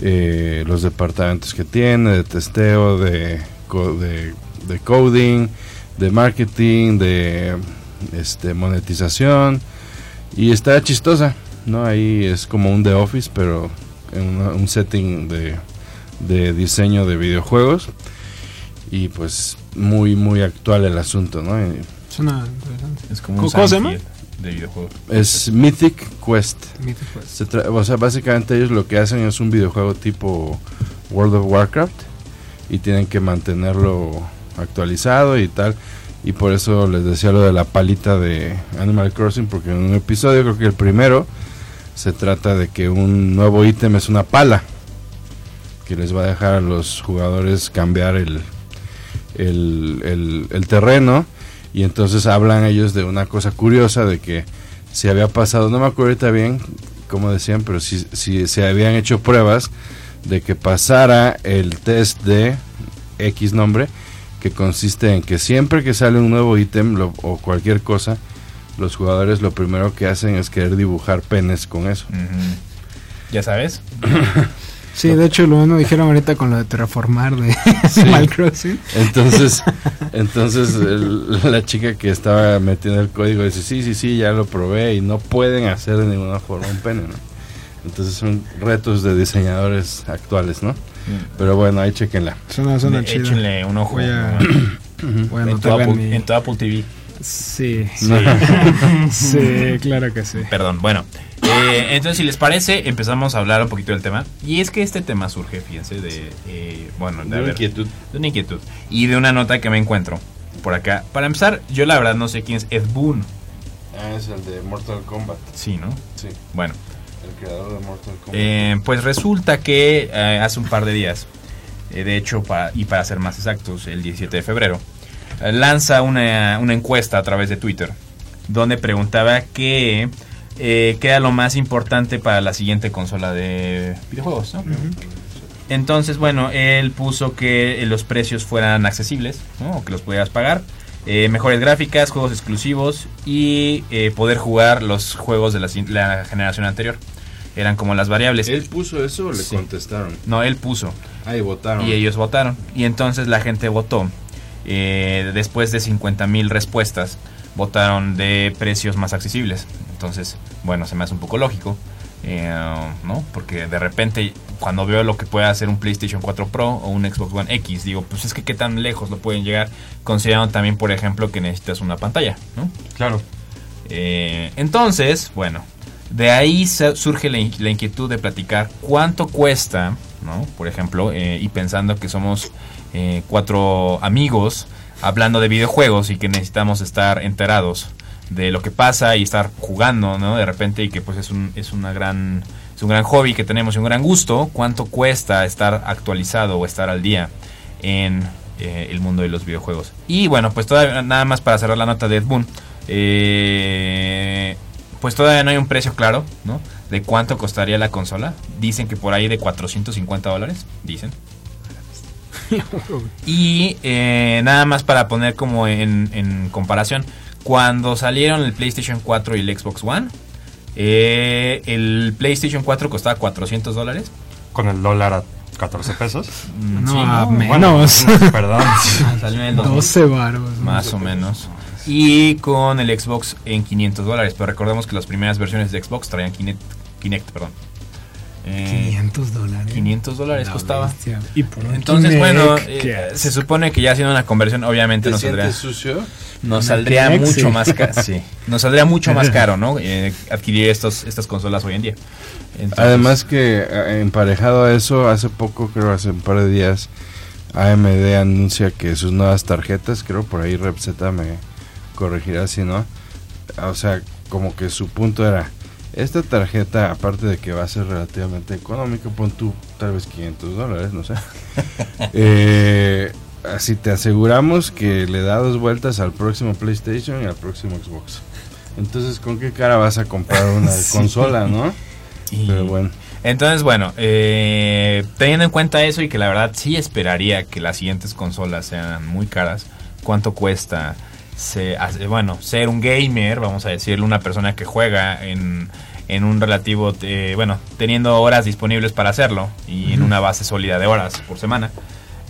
S6: Eh, los departamentos que tiene, de testeo, de, co- de, de coding, de marketing, de este, monetización. Y está chistosa, ¿no? Ahí es como un The Office, pero en una- un setting de, de diseño de videojuegos. Y pues muy, muy actual el asunto, ¿no? Eh,
S5: Suena interesante.
S2: Es como un
S5: ¿Cómo se llama?
S2: Sandfield De videojuego.
S6: Es Mythic Quest.
S5: Mythic Quest.
S2: pues.
S6: Se tra- o sea, básicamente ellos lo que hacen es un videojuego tipo World of Warcraft y tienen que mantenerlo actualizado y tal. Y por eso les decía lo de la palita de Animal Crossing, porque en un episodio, creo que el primero, se trata de que un nuevo ítem es una pala que les va a dejar a los jugadores cambiar el, el, el- el terreno. Y entonces hablan ellos de una cosa curiosa de que si había pasado, no me acuerdo ahorita bien como decían, pero si, si se habían hecho pruebas de que pasara el test de X nombre, que consiste en que siempre que sale un nuevo ítem lo- o cualquier cosa, los jugadores lo primero que hacen es querer dibujar penes con eso.
S2: Ujú. Ya sabes.
S5: Sí, de hecho lo mismo dijeron ahorita con lo de terraformar de Animal Crossing.
S6: Entonces, entonces el- la chica que estaba metiendo el código dice, sí, sí, sí, ya lo probé y no pueden hacer de ninguna forma un pene, ¿no? Entonces son retos de diseñadores actuales, ¿no?
S2: Mm.
S6: Pero bueno, ahí chequenla.
S5: Suena, suena chido.
S2: Eh, Échenle un ojo.
S5: Voy a-
S2: ¿no?
S5: Voy a
S2: en, tu
S5: anotarla en mi-
S2: Apple, en tu Apple TV.
S5: Sí,
S2: Sí.
S5: sí, claro que sí.
S2: Perdón, bueno. eh, entonces, si les parece, empezamos a hablar un poquito del tema. Y es que este tema surge, fíjense, de. eh, bueno, de, haber- de una inquietud. Y de una nota que me encuentro por acá. Para empezar, yo la verdad no sé quién es Ed Boon.
S6: Ah, es el de Mortal Kombat.
S2: Sí, ¿no?
S6: Sí,
S2: Bueno,
S6: el creador de Mortal Kombat.
S2: eh, pues resulta que eh, hace un par de días, eh, de hecho, pa- y para ser más exactos, el 17 de febrero, eh, lanza una, una encuesta a través de Twitter donde preguntaba que, eh, qué era lo más importante para la siguiente consola de videojuegos, ¿no? Entonces, bueno, él puso que eh, los precios fueran accesibles, ¿no? O que los pudieras pagar. eh, mejores gráficas, juegos exclusivos y eh, poder jugar los juegos de la, si- la generación anterior. Eran como las variables.
S6: ¿Él puso eso o le
S2: Sí.
S6: contestaron?
S2: No, él puso.
S6: Ahí votaron.
S2: Y ellos votaron. Y entonces la gente votó. eh, después de 50 mil respuestas, votaron de precios más accesibles. Entonces, bueno, se me hace un poco lógico. eh, ¿No? Porque de repente, cuando veo lo que puede hacer un PlayStation 4 Pro o un Xbox One X, digo, pues es que qué tan lejos lo pueden llegar, considerando también, por ejemplo, que necesitas una pantalla, ¿no?
S4: Claro.
S2: Eh, entonces, bueno, de ahí sa- surge la, in- la inquietud de platicar cuánto cuesta, ¿no? Por ejemplo, eh, y pensando que somos eh, cuatro amigos hablando de videojuegos y que necesitamos estar enterados de lo que pasa y estar jugando, ¿no? De repente y que pues es un, es una gran... Es un gran hobby que tenemos y un gran gusto. ¿Cuánto cuesta estar actualizado o estar al día en eh, el mundo de los videojuegos. Y bueno, pues todavía, nada más para cerrar la nota de Ed Boon, eh, pues todavía no hay un precio claro, ¿no? De cuánto costaría la consola. Dicen que por ahí de 450 dólares, dicen. Y eh, nada más para poner como en, en comparación, cuando salieron el PlayStation 4 y el Xbox One, eh, el PlayStation 4 costaba 400 dólares.
S4: Con el dólar a 14 pesos.
S2: Mm,
S5: No,
S2: sí,
S5: a menos.
S4: Bueno, perdón.
S2: Salió en el 2000,
S5: 12 varos. ¿no?
S2: más o menos. Y con el Xbox en 500 dólares. Pero recordemos que las primeras versiones de Xbox traían Kinect, Kinect, perdón. Eh,
S5: 500 dólares.
S2: 500 dólares
S5: La
S2: costaba.
S5: bestia. Y por un
S2: Entonces,
S5: Kinect,
S2: bueno,
S5: ¿qué
S2: eh,
S5: haces?
S2: se supone que ya haciendo una conversión, obviamente
S6: ¿Te
S2: nos saldría,
S6: sientes sucio?
S2: nos saldría
S5: Kinect,
S2: mucho
S5: sí.
S2: más caro. Nos saldría mucho más caro, ¿no? Eh, adquirir estos, estas consolas hoy en día. Entonces,
S6: Además que eh, emparejado a eso, hace poco, creo hace un par de días, AMD anuncia que sus nuevas tarjetas, creo por ahí Repseta me corregirá si no, o sea, como que su punto era, esta tarjeta, aparte de que va a ser relativamente económica, pon tú tal vez 500 dólares, no sé, eh, así te aseguramos que le da dos vueltas al próximo PlayStation y al próximo Xbox. Entonces, ¿con qué cara vas a comprar una consola, no?
S2: y-
S6: Pero bueno.
S2: Entonces, bueno, eh, teniendo en cuenta eso y que la verdad sí esperaría que las siguientes consolas sean muy caras, ¿cuánto cuesta? se- hace- bueno, ser un gamer, vamos a decirle, una persona que juega en, en un relativo, eh, bueno, teniendo horas disponibles para hacerlo y en una base sólida de horas por semana.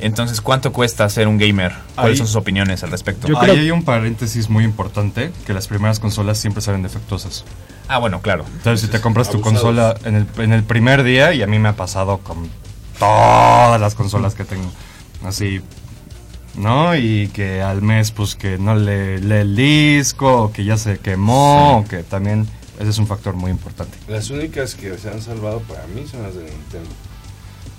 S2: Entonces, ¿cuánto cuesta ser un gamer? ¿Cuáles
S4: Ahí-
S2: son sus opiniones al respecto?
S5: Yo
S4: Ahí
S5: creo-
S4: hay un paréntesis muy importante, que las primeras consolas siempre salen defectuosas.
S2: Ah, bueno, claro.
S4: Entonces, si te compras tu
S6: Abusados.
S4: consola en el, en el primer día, y a mí me ha pasado con todas las consolas que tengo, así, ¿no? Y que al mes, pues que no le lee el disco, o que ya se quemó, o que también ese es un factor muy importante.
S6: Las únicas que se han salvado para mí son las de Nintendo.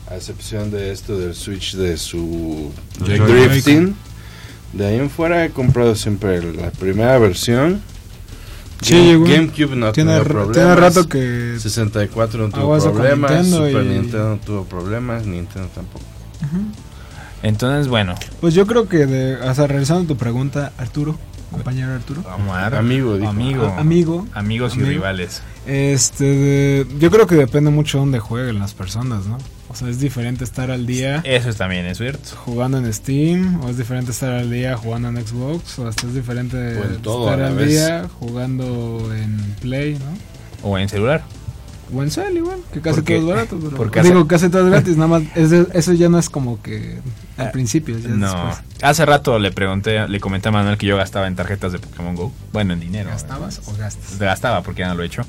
S6: A excepción de esto del Switch de su
S4: Joy-Con.
S6: Drifting. De ahí en fuera he comprado siempre la primera versión.
S5: Sí,
S6: Game-
S5: güey.
S6: GameCube no
S5: Tiene,
S6: tuvo
S5: ra-
S6: problemas.
S5: tiene rato que.
S6: 64 no tuvo
S5: Aguas con
S6: problemas.
S5: Nintendo
S6: Super
S5: y-
S6: Nintendo no tuvo problemas. Nintendo tampoco.
S2: Entonces, bueno,
S5: Pues yo creo que, de, o sea, regresando a tu pregunta, Arturo, compañero Arturo,
S2: Omar,
S6: Amigo, dijo.
S2: amigo,
S5: a- amigo,
S2: amigos y
S5: amigo.
S2: rivales.
S5: Este, de- yo creo que depende mucho de dónde jueguen las personas, ¿no? O sea, es diferente estar al día
S2: Eso es también es cierto.
S5: jugando en Steam, o es diferente estar al día jugando en Xbox, o hasta es diferente
S6: O en Pues, todo
S5: estar
S6: a la
S5: al
S6: vez.
S5: día jugando en Play, ¿no?
S2: O en celular.
S5: O en Cell igual, que casi
S2: Porque-
S5: todo es barato. Pero,
S2: porque
S5: digo, casi todo es gratis, nada más, es de- eso ya no es como que al principio, ya es
S2: No,
S5: después.
S2: hace rato le pregunté, le comenté a Manuel que yo gastaba en tarjetas de Pokémon Go. Bueno, en dinero.
S5: ¿Gastabas o gastas?
S2: Gastaba porque ya no lo he hecho.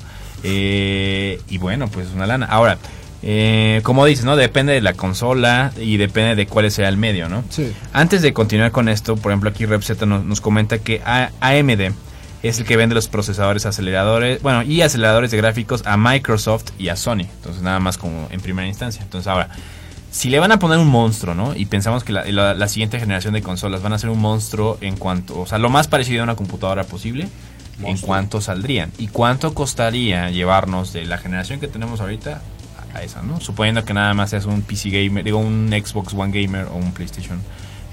S2: Eh, y bueno, pues una lana. Ahora, eh, como dices, ¿no? Depende de la consola y depende de cuál sea el medio, ¿no?
S5: Sí.
S2: Antes de continuar con esto, por ejemplo, aquí Repseta nos, nos comenta que A- AMD es el que vende los procesadores aceleradores, bueno, y aceleradores de gráficos a Microsoft y a Sony. Entonces, nada más como en primera instancia. Entonces, ahora, si le van a poner un monstruo, ¿no? Y pensamos que la, la- la siguiente generación de consolas van a ser un monstruo en cuanto, o sea, lo más parecido a una computadora posible. ¿En cuánto saldrían? ¿Y cuánto costaría llevarnos de la generación que tenemos ahorita a- a esa, ¿no? Suponiendo que nada más es un PC gamer, digo, un Xbox One gamer o un PlayStation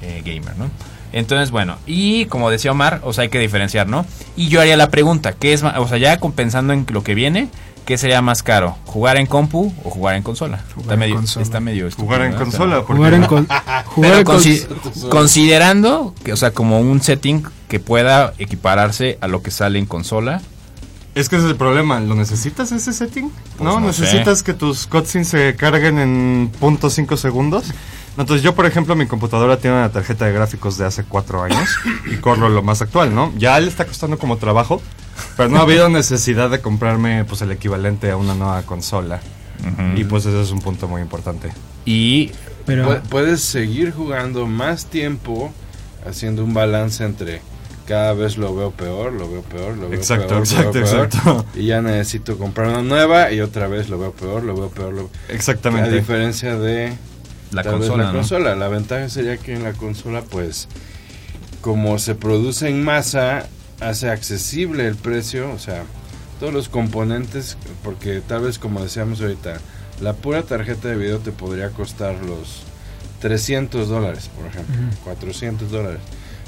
S2: eh, gamer, ¿no? Entonces, bueno, y como decía Omar, o sea, hay que diferenciar, ¿no? Y yo haría la pregunta, ¿qué es más, o sea, ya compensando en lo que viene, ¿qué sería más caro? ¿Jugar en compu o jugar en consola?
S5: Jugar
S2: está,
S5: en
S2: medio,
S5: consola.
S2: está medio estúpido,
S4: Jugar en
S2: ¿verdad?
S4: consola, porque
S5: Jugar en con, Ah, jugar
S2: Pero
S5: en cons-
S2: consi- considerando, que, o sea, como un setting que pueda equipararse a lo que sale en consola.
S4: es que ese es el problema. ¿Lo necesitas ese setting?
S2: Pues
S4: ¿No?
S2: no sé.
S4: ¿Necesitas que tus cutscenes se carguen en .5 segundos? No, Entonces yo, por ejemplo, mi computadora tiene una tarjeta de gráficos de hace cuatro años y corro lo más actual, ¿no? Ya le está costando como trabajo, pero no ha habido necesidad de comprarme pues el equivalente a una nueva consola. Y pues ese es un punto muy importante.
S2: Y
S5: Pero,
S6: Pu- puedes seguir jugando más tiempo haciendo un balance entre cada vez lo veo peor, lo veo peor, lo veo
S4: Exacto,
S6: peor. lo veo
S4: exacto,
S6: peor,
S4: exacto.
S6: Y ya necesito comprar una nueva y otra vez lo veo peor, lo veo peor. Lo... A
S4: Exactamente.
S6: diferencia de
S2: la
S6: tal vez
S2: consola,
S6: la
S2: ¿no?
S6: consola. La ventaja sería que en la consola, pues, como se produce en masa, hace accesible el precio, o sea, todos los componentes, porque tal vez como decíamos ahorita, la pura tarjeta de video te podría costar los 300 dólares, por ejemplo, 400 dólares.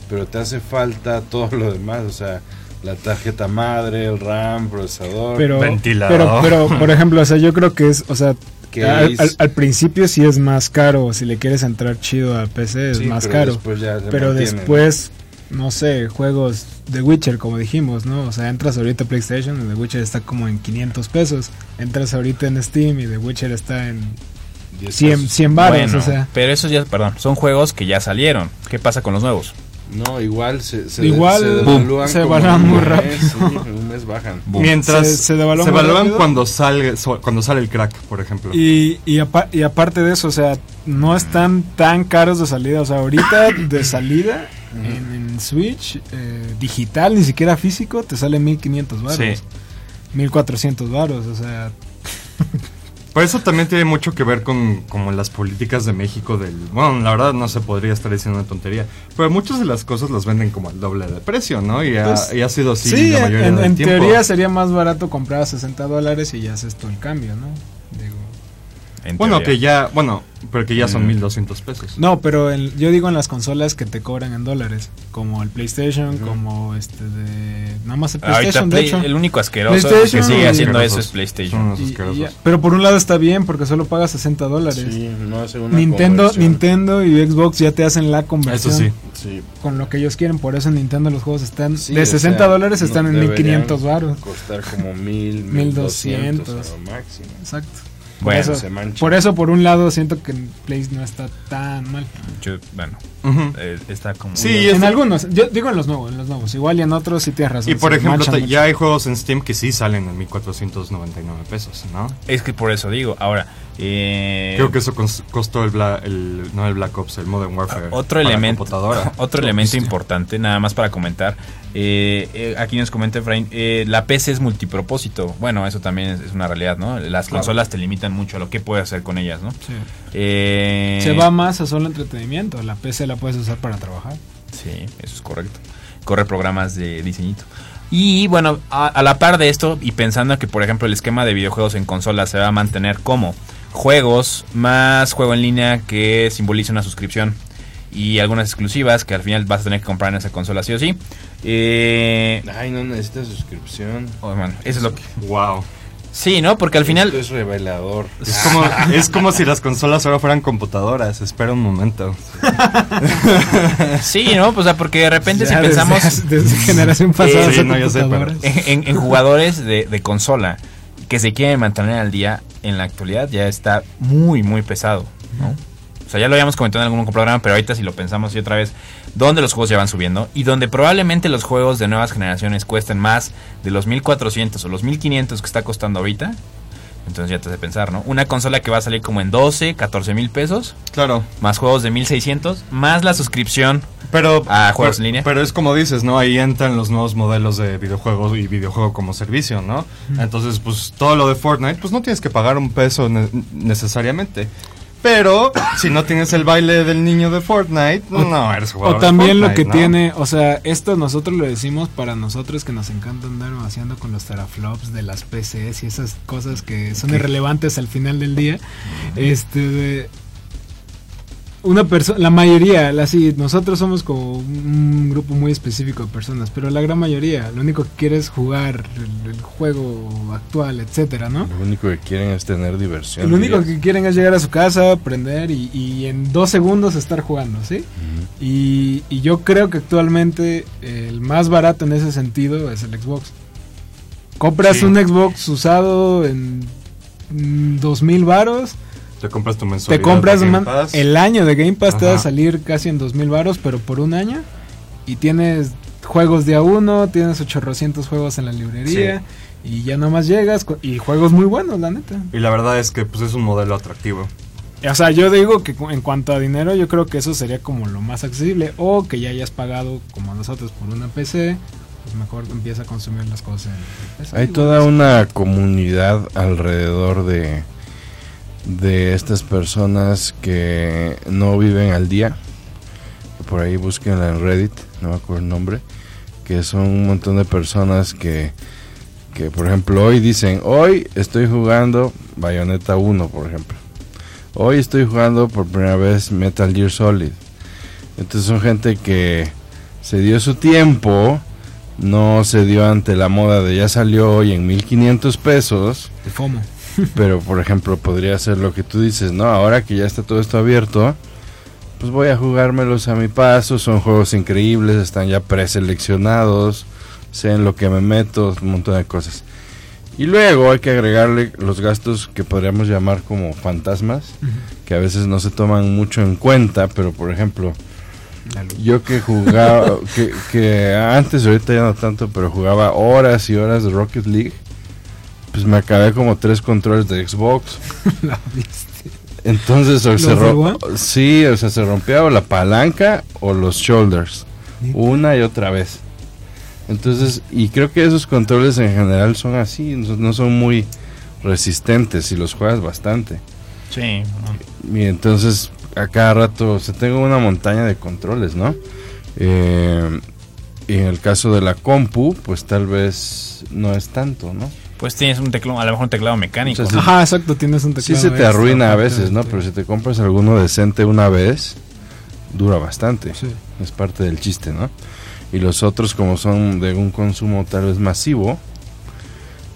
S6: Pero te hace falta todo lo demás, o sea, la tarjeta madre, el RAM, procesador.
S5: Pero, pero,
S4: Ventilador.
S5: pero, por ejemplo, o sea, yo creo que es, o sea,
S6: Case.
S5: al, al- al principio sí es más caro, si le quieres entrar chido a PC es
S6: sí,
S5: más
S6: pero
S5: caro.
S6: después ya se
S5: Pero
S6: mantienen.
S5: después, no sé, juegos de Witcher, como dijimos, ¿no? O sea, entras ahorita a PlayStation y The Witcher está como en 500 pesos. Entras ahorita en Steam y The Witcher está en
S6: 10
S5: 100,
S6: pesos.
S5: 100 baros,
S2: Bueno,
S5: o sea.
S2: Pero esos ya, perdón, son juegos que ya salieron. ¿Qué pasa con los nuevos?
S6: No, igual se, se
S5: Igual,
S6: se
S5: pum,
S6: devalúan
S5: se
S6: como
S5: devalúan
S6: un
S5: muy
S6: mes,
S5: rápido.
S6: sí, un mes bajan.
S2: Boom.
S4: Mientras
S5: Se-
S4: se,
S5: se devalúa muy
S4: evalúan
S5: rápido.
S4: cuando sale, so- cuando sale el crack, por ejemplo.
S5: Y, y, apa- y aparte de eso, o sea, no están tan caros de salida. O sea, ahorita de salida en, en Switch, eh, digital, ni siquiera físico, te sale 1500 baros.
S4: Sí.
S5: 1400 baros, o sea,
S4: Por eso también tiene mucho que ver con como las políticas de México del... Bueno, la verdad no se podría estar diciendo una tontería. Pero muchas de las cosas las venden como al doble de precio, ¿no? Y ha,
S5: Pues,
S4: y ha sido así
S5: Sí,
S4: la
S5: en,
S4: mayoría del
S5: en
S4: tiempo.
S5: teoría sería más barato comprar a 60 dólares y ya haces todo el cambio, ¿no? Digo-
S2: En
S4: Bueno,
S2: teoría. Mm.
S4: que ya... Bueno, pero que ya son 1.200 pesos.
S5: No, pero en- yo digo en las consolas que te cobran en dólares, como el PlayStation, como este de... Nada más el
S2: Ahorita
S5: PlayStation,
S2: Play-
S5: de hecho.
S2: el único asqueroso que
S5: PlayStation y-
S2: sigue haciendo eso es
S4: Asquerosos. Son
S2: PlayStation.
S4: unos
S5: Y- y
S4: asquerosos.
S5: ya. pero por un lado está bien porque solo pagas 60 dólares.
S6: Sí, no hace una
S5: Nintendo,
S6: conversión.
S5: Nintendo y Xbox ya te hacen la
S4: Eso
S5: conversión
S4: sí.
S6: Sí,
S5: con lo que ellos quieren, por eso en Nintendo los juegos están
S6: sí, o
S5: de 60
S6: sea,
S5: dólares
S6: no
S5: están en
S6: deberían
S5: 1500 baros.
S6: Costar como 1000,
S5: 1200.
S6: 1200 a lo máximo.
S5: Exacto.
S2: Bueno,
S5: Eso.
S6: se mancha.
S5: Por eso por un lado siento que Play no está tan mal.
S2: yo- bueno,
S4: Ujú.
S2: eh, está como...
S4: Sí, y
S5: en
S4: es-
S5: algunos, yo digo en los nuevos, en los nuevos, igual y en otros sí tienes razón.
S4: Y por
S5: se
S4: ejemplo,
S5: manchan
S4: te-
S5: mucho.
S4: ya hay juegos en Steam que sí salen en 1.499 pesos, ¿no?
S2: Es que por eso digo, ahora... eh,
S4: Creo que eso cons- costó el, Bla- el- no el Black Ops, el Modern Warfare.
S2: Ah, Otro
S4: para
S2: elemento,
S4: computadora. este.
S2: otro elemento importante, nada más para comentar. eh, eh, aquí nos comenta Efraín, eh, la PC es multipropósito. Bueno, eso también es, es una realidad, ¿no? Las consolas te limitan mucho a lo que puedes hacer con ellas, ¿no?
S5: Sí.
S2: Eh,
S5: Se va más a solo entretenimiento, la PC la puedes usar para trabajar.
S2: Sí, eso es correcto. Corre programas de diseñito. Y bueno, a, a la par de esto, y pensando que por ejemplo el esquema de videojuegos en consolas se va a mantener como juegos más juego en línea que simboliza una suscripción y algunas exclusivas que al final vas a tener que comprar en esa consola sí o sí. Eh,
S6: Ay, no necesitas suscripción.
S2: oh, bueno, eso es lo que...
S4: Wow.
S2: Sí, ¿no? Porque al final...
S6: Esto es revelador.
S4: Es como, es como si las consolas ahora fueran computadoras. Espera un momento.
S2: Sí, ¿no? Pues, o sea, porque de repente si
S5: Ya desde-
S2: pensamos...
S5: Desde, generación pasada.
S4: Sí,
S5: son
S4: no, yo sé, pero-
S5: computadoras.
S2: en, en jugadores de, de consola que se quieren mantener al día en la actualidad ya está muy, muy pesado, ¿no? O sea, ya lo habíamos comentado en algún programa, pero ahorita si lo pensamos y otra vez, donde los juegos ya van subiendo y donde probablemente los juegos de nuevas generaciones cuesten más de los 1400 o los 1500 que está costando ahorita, entonces ya te hace pensar, ¿no? Una consola que va a salir como en 12, 14 mil pesos,
S4: Claro.
S2: más juegos de 1600, más la suscripción
S4: Pero,
S2: Ah, juegos en
S4: pero-
S2: línea.
S4: Pero es como dices, ¿no? Ahí entran los nuevos modelos de videojuegos y videojuego como servicio, ¿no? Entonces, pues todo lo de Fortnite, pues no tienes que pagar un peso ne- necesariamente. Pero si no tienes el baile del niño de Fortnite, no eres jugador.
S5: O
S4: de
S5: también lo
S4: Fortnite,
S5: que
S4: ¿no?
S5: tiene, o sea, esto nosotros lo decimos para nosotros que nos encanta andar haciendo con los teraflops de las PCs y esas cosas que son irrelevantes al final del día. Este de- una persona, la mayoría, la- sí, nosotros somos como un grupo muy específico de personas, pero la gran mayoría, lo único que quiere es jugar el, el juego actual, etcétera, ¿no?
S6: Lo único que quieren es tener diversión.
S5: Lo único
S6: digas.
S5: que quieren es llegar a su casa, aprender y, y en dos segundos estar jugando, ¿sí? Y, y yo creo que actualmente el más barato en ese sentido es el Xbox. Compras
S4: Sí.
S5: un Xbox usado en mm, 2000 varos,
S4: Te compras tu mensualidad.
S5: te compras
S4: de Game
S5: man-
S4: Pass.
S5: el año de Game Pass, te va a
S4: Ajá.
S5: salir casi en 2000 varos, pero por un año. Y tienes juegos de a uno, tienes 800 juegos en la librería. Y ya nomás llegas cu- y juegos muy buenos, la neta.
S4: Y la verdad es que pues es un modelo atractivo.
S5: O sea, yo digo que cu- en cuanto a dinero, yo creo que eso sería como lo más accesible. O que ya hayas pagado, como nosotros, por una PC, pues mejor empieza a consumir las cosas. en PC.
S6: Hay toda una comunidad alrededor de, de estas personas que no viven al día. Por ahí búsquenla en Reddit, no me acuerdo el nombre. Que son un montón de personas que, que por ejemplo, hoy dicen, hoy estoy jugando Bayonetta 1, por ejemplo. Hoy estoy jugando por primera vez Metal Gear Solid. Entonces son gente que se dio su tiempo, no se dio ante la moda de ya salió hoy en 1500 pesos,
S5: El FOMO.
S6: pero por ejemplo podría ser lo que tú dices, ¿no? Ahora que ya está todo esto abierto, pues voy a jugármelos a mi paso, son juegos increíbles, están ya preseleccionados, sé en lo que me meto, un montón de cosas. Y luego hay que agregarle los gastos que podríamos llamar como fantasmas, que a veces no se toman mucho en cuenta, pero por ejemplo,
S5: La luz.
S6: yo que jugaba, que, que antes, ahorita ya no tanto, pero jugaba horas y horas de Rocket League, pues me acabé como tres controles de Xbox.
S5: La viste.
S6: Entonces, o
S5: ¿Los
S6: se, ro-
S5: robó?
S6: sí, o sea, se rompía o la palanca o los shoulders,
S5: Neta.
S6: una y otra vez. Entonces, y creo que esos controles en general son así, no no son muy resistentes y los juegas bastante.
S2: Sí.
S6: Y entonces a cada rato, o sea, tengo una montaña de controles, ¿no? Eh, y en el caso de la compu, pues tal vez no es tanto, ¿no?
S2: Pues tienes un teclado, a lo mejor un teclado mecánico.
S6: O sea, sí.
S5: Ajá, exacto, tienes un
S6: Sí
S5: teclado.
S6: se te
S5: extra,
S6: arruina a veces, ¿no?
S5: exactamente.
S6: Pero si te compras alguno decente una vez, dura bastante.
S5: Sí.
S6: Es parte del chiste, ¿no? Y los otros, como son de un consumo tal vez masivo,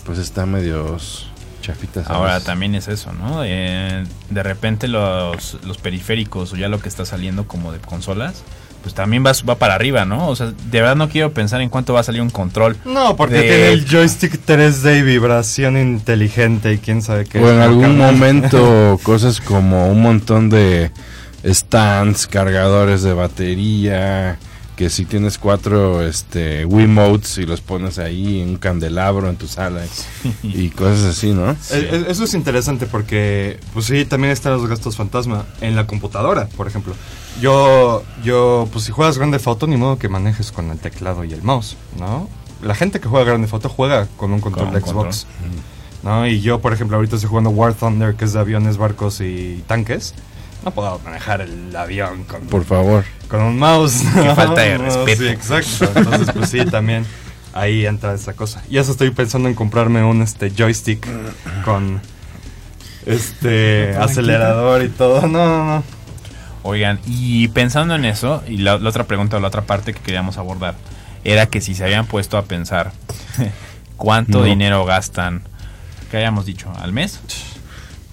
S6: pues están medios chafitas. a
S2: Ahora
S6: veces.
S2: también es eso, ¿no? Eh, de repente los, los periféricos o ya lo que está saliendo como de consolas, pues también va, va para arriba, ¿no? O sea, de verdad no quiero pensar en cuánto va a salir un control.
S4: No, porque
S2: De-
S4: tiene el joystick 3D y vibración inteligente y quién sabe qué.
S6: O en
S4: No,
S6: algún
S4: carnal.
S6: momento cosas como un montón de stands, cargadores de batería, que si tienes cuatro este, Wiimotes y los pones ahí en un candelabro en tu sala y, y cosas así, ¿no?
S4: Eh, eh, Eso es interesante porque, pues sí, también están los gastos fantasma en la computadora, por ejemplo. Yo, yo, pues si juegas Grande Foto, ni modo que manejes con el teclado y el mouse, ¿no? La gente que juega Grande Foto juega con un control
S2: Con
S4: de
S2: un control.
S4: Xbox, ¿no? Y yo, por ejemplo, ahorita estoy jugando War Thunder, que es de aviones, barcos y tanques. No puedo manejar el avión con,
S6: Por favor.
S4: con un mouse.
S2: Qué falta de
S4: No,
S2: respeto.
S4: Sí, exacto. Entonces, pues sí, también ahí entra esa cosa. Y eso estoy pensando en comprarme un este joystick con este acelerador y todo. No, no, no.
S2: Oigan, y pensando en eso, y la, la otra pregunta o la otra parte que queríamos abordar, era que si se habían puesto a pensar cuánto
S6: No.
S2: dinero gastan, que habíamos dicho, al mes,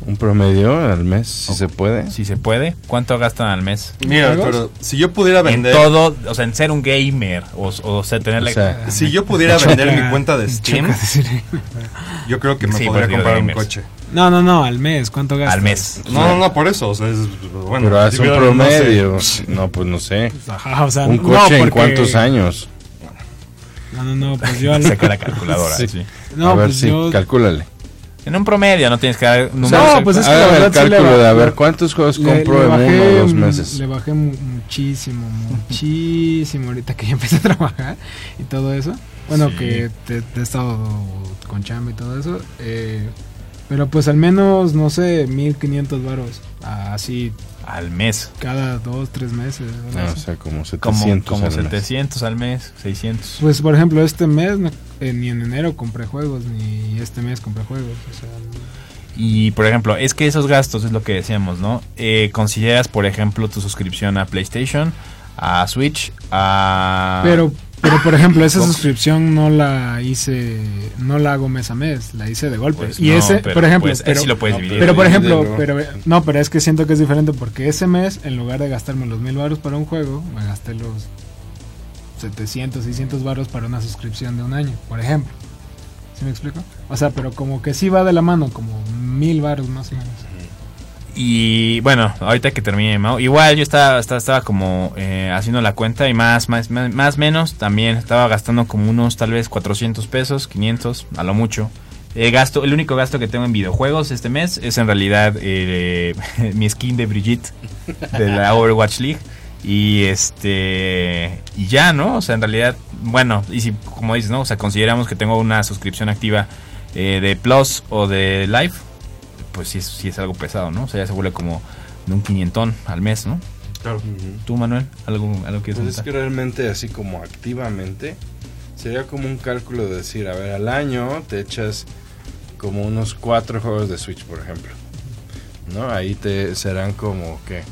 S6: Un promedio al mes, si se puede.
S2: si se puede, cuánto gastan al mes.
S4: Mira, pero si yo pudiera
S2: En
S4: vender.
S2: todo, o sea, en ser un gamer, o, o sea, tener la...
S6: O sea,
S4: Si yo pudiera vender mi cuenta de
S5: Choca
S4: Steam,
S5: decir-
S4: yo creo que me
S2: Sí,
S4: podría
S2: pero digo,
S4: comprar un
S2: gamers.
S4: coche.
S5: No, no, no, al mes, ¿cuánto gastas?
S2: al mes.
S4: No, no, no, por eso. O sea, es, bueno,
S6: pero haz un
S4: yo no
S6: promedio.
S4: sé.
S6: No, pues no sé.
S5: Ajá, o sea,
S6: Un
S5: Ah, no,
S6: coche en
S5: porque-
S6: cuántos años.
S5: No, no, no, pues yo al
S2: Saca la calculadora.
S6: Sí.
S2: sí.
S5: No,
S6: a ver
S5: pues
S6: si,
S5: yo
S6: calcúlale.
S2: En un promedio, no tienes que dar
S5: O
S2: números.
S5: sea, No, pues es que la
S6: Hágame el
S5: verdad sí le
S6: cálculo de a
S5: bajó.
S6: ver cuántos juegos
S5: le-
S6: compro
S5: le
S6: en Pues, uno o dos
S5: mu-
S6: meses.
S5: Le bajé mu- muchísimo, muchísimo ahorita que ya empecé a trabajar y todo eso. Bueno,
S2: Sí.
S5: que te, te he estado con chamba y todo eso. eh, pero pues al menos, no sé, 1500 varos. Así
S2: al mes.
S5: cada dos, tres meses. algo
S6: Ah, o
S5: así.
S6: sea, como
S2: Como,
S6: 700.
S2: como
S6: al mes.
S2: 700 al mes, 600.
S5: Pues por ejemplo, este mes, no- eh, ni en enero compré juegos, ni este mes compré juegos. O sea,
S2: Y, por ejemplo, es que esos gastos es lo que decíamos, ¿no? Eh, consideras, por ejemplo, tu suscripción a PlayStation, a Switch, a...
S5: Pero, pero por ejemplo, esa
S2: Xbox.
S5: suscripción no la hice, no la hago mes a mes, la hice de golpe.
S2: Pues
S5: y
S2: no,
S5: ese,
S2: pero,
S5: por ejemplo,
S2: pues, ahí
S5: pero,
S2: sí lo puedes
S6: no,
S2: dividir.
S5: pero por
S6: Sí,
S5: ejemplo,
S6: de
S5: pero no, pero es que siento que es diferente porque ese mes, en lugar de gastarme los mil baros para un juego, me gasté los 700, 600 baros para una suscripción de un año, por ejemplo. ¿Sí me explico? O sea, pero como que sí va de la mano, como mil baros más o menos.
S2: Y bueno, ahorita que termine, Mau, igual yo estaba, estaba, estaba como eh, haciendo la cuenta y más, más, más, más menos, también estaba gastando como unos tal vez 400 pesos, 500, a lo mucho. El, gasto, el único gasto que tengo en videojuegos este mes es en realidad eh, mi skin de Brigitte de la Overwatch League. Y este. Y ya, ¿no? O sea, en realidad, bueno, y si, como dices, ¿no? O sea, consideramos que tengo una suscripción activa eh, de Plus o de Live, pues sí, es- sí es algo pesado, ¿no? O sea, ya se vuelve como de un quinientón al mes, ¿no?
S4: Claro.
S2: Tú, Manuel, algo, algo quieres
S6: Pues es que
S2: contar?
S6: realmente así como activamente sería como un cálculo de decir, a ver, al año te echas como unos cuatro juegos de Switch, por ejemplo. ¿no? Ahí te serán como que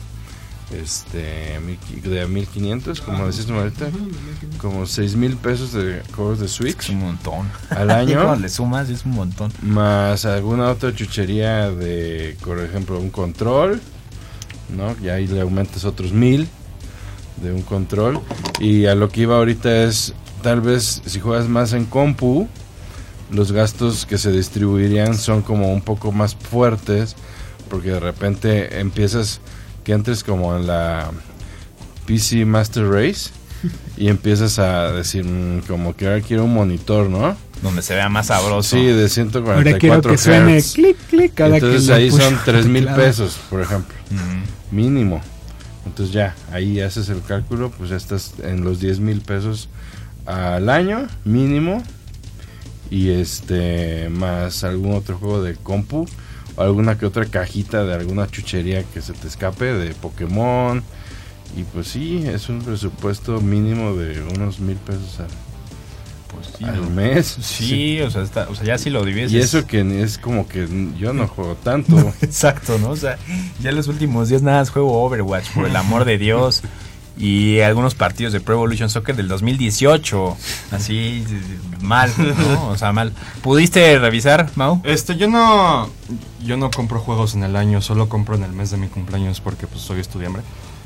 S6: este mil qui- de 1500, como
S2: Ah,
S6: decís tú ahorita, como 6000 pesos de cobros de
S2: Es
S6: Switch
S2: un montón.
S6: al
S2: Y
S6: año.
S2: cuando le sumas es un montón.
S6: Más alguna otra chuchería de, por ejemplo, un control, ¿no? Y ahí le aumentas otros mil de un control. Y a lo que iba ahorita es, tal vez si juegas más en compu, los gastos que se distribuirían son como un poco más fuertes, porque de repente empiezas que entres como en la PC Master Race y empiezas a decir, "Mm, como que ahora quiero un monitor, ¿no?
S2: Donde se vea más sabroso.
S6: Sí, de
S5: Ahora
S6: 144
S5: quiero que suene
S6: hertz.
S5: clic, clic cada
S6: Entonces
S5: que le
S6: ahí
S5: push
S6: son
S5: al
S6: 3 mil
S5: teclado.
S6: pesos, por ejemplo,
S2: Ujú.
S6: mínimo. Entonces ya, ahí haces el cálculo, pues ya estás en los 10 mil pesos al año, mínimo. Y este, más algún otro juego de compu, o alguna que otra cajita de alguna chuchería que se te escape de Pokémon. Y pues sí, es un presupuesto mínimo de unos mil pesos al,
S2: Pues sí,
S6: al
S2: ¿no?
S6: mes.
S2: Sí, O, sea, está- o sea, ya si lo divides.
S6: Y eso que es como que yo no juego tanto.
S2: Exacto, ¿no? O sea, ya los últimos días nada más juego Overwatch, por el amor de Dios. Y algunos partidos de Pro Evolution Soccer del 2018. Así, mal, ¿no? O sea, mal. ¿Pudiste revisar, Mau?
S4: Este, yo no. Yo no compro juegos en el año, solo compro en el mes de mi cumpleaños porque pues soy estudiante.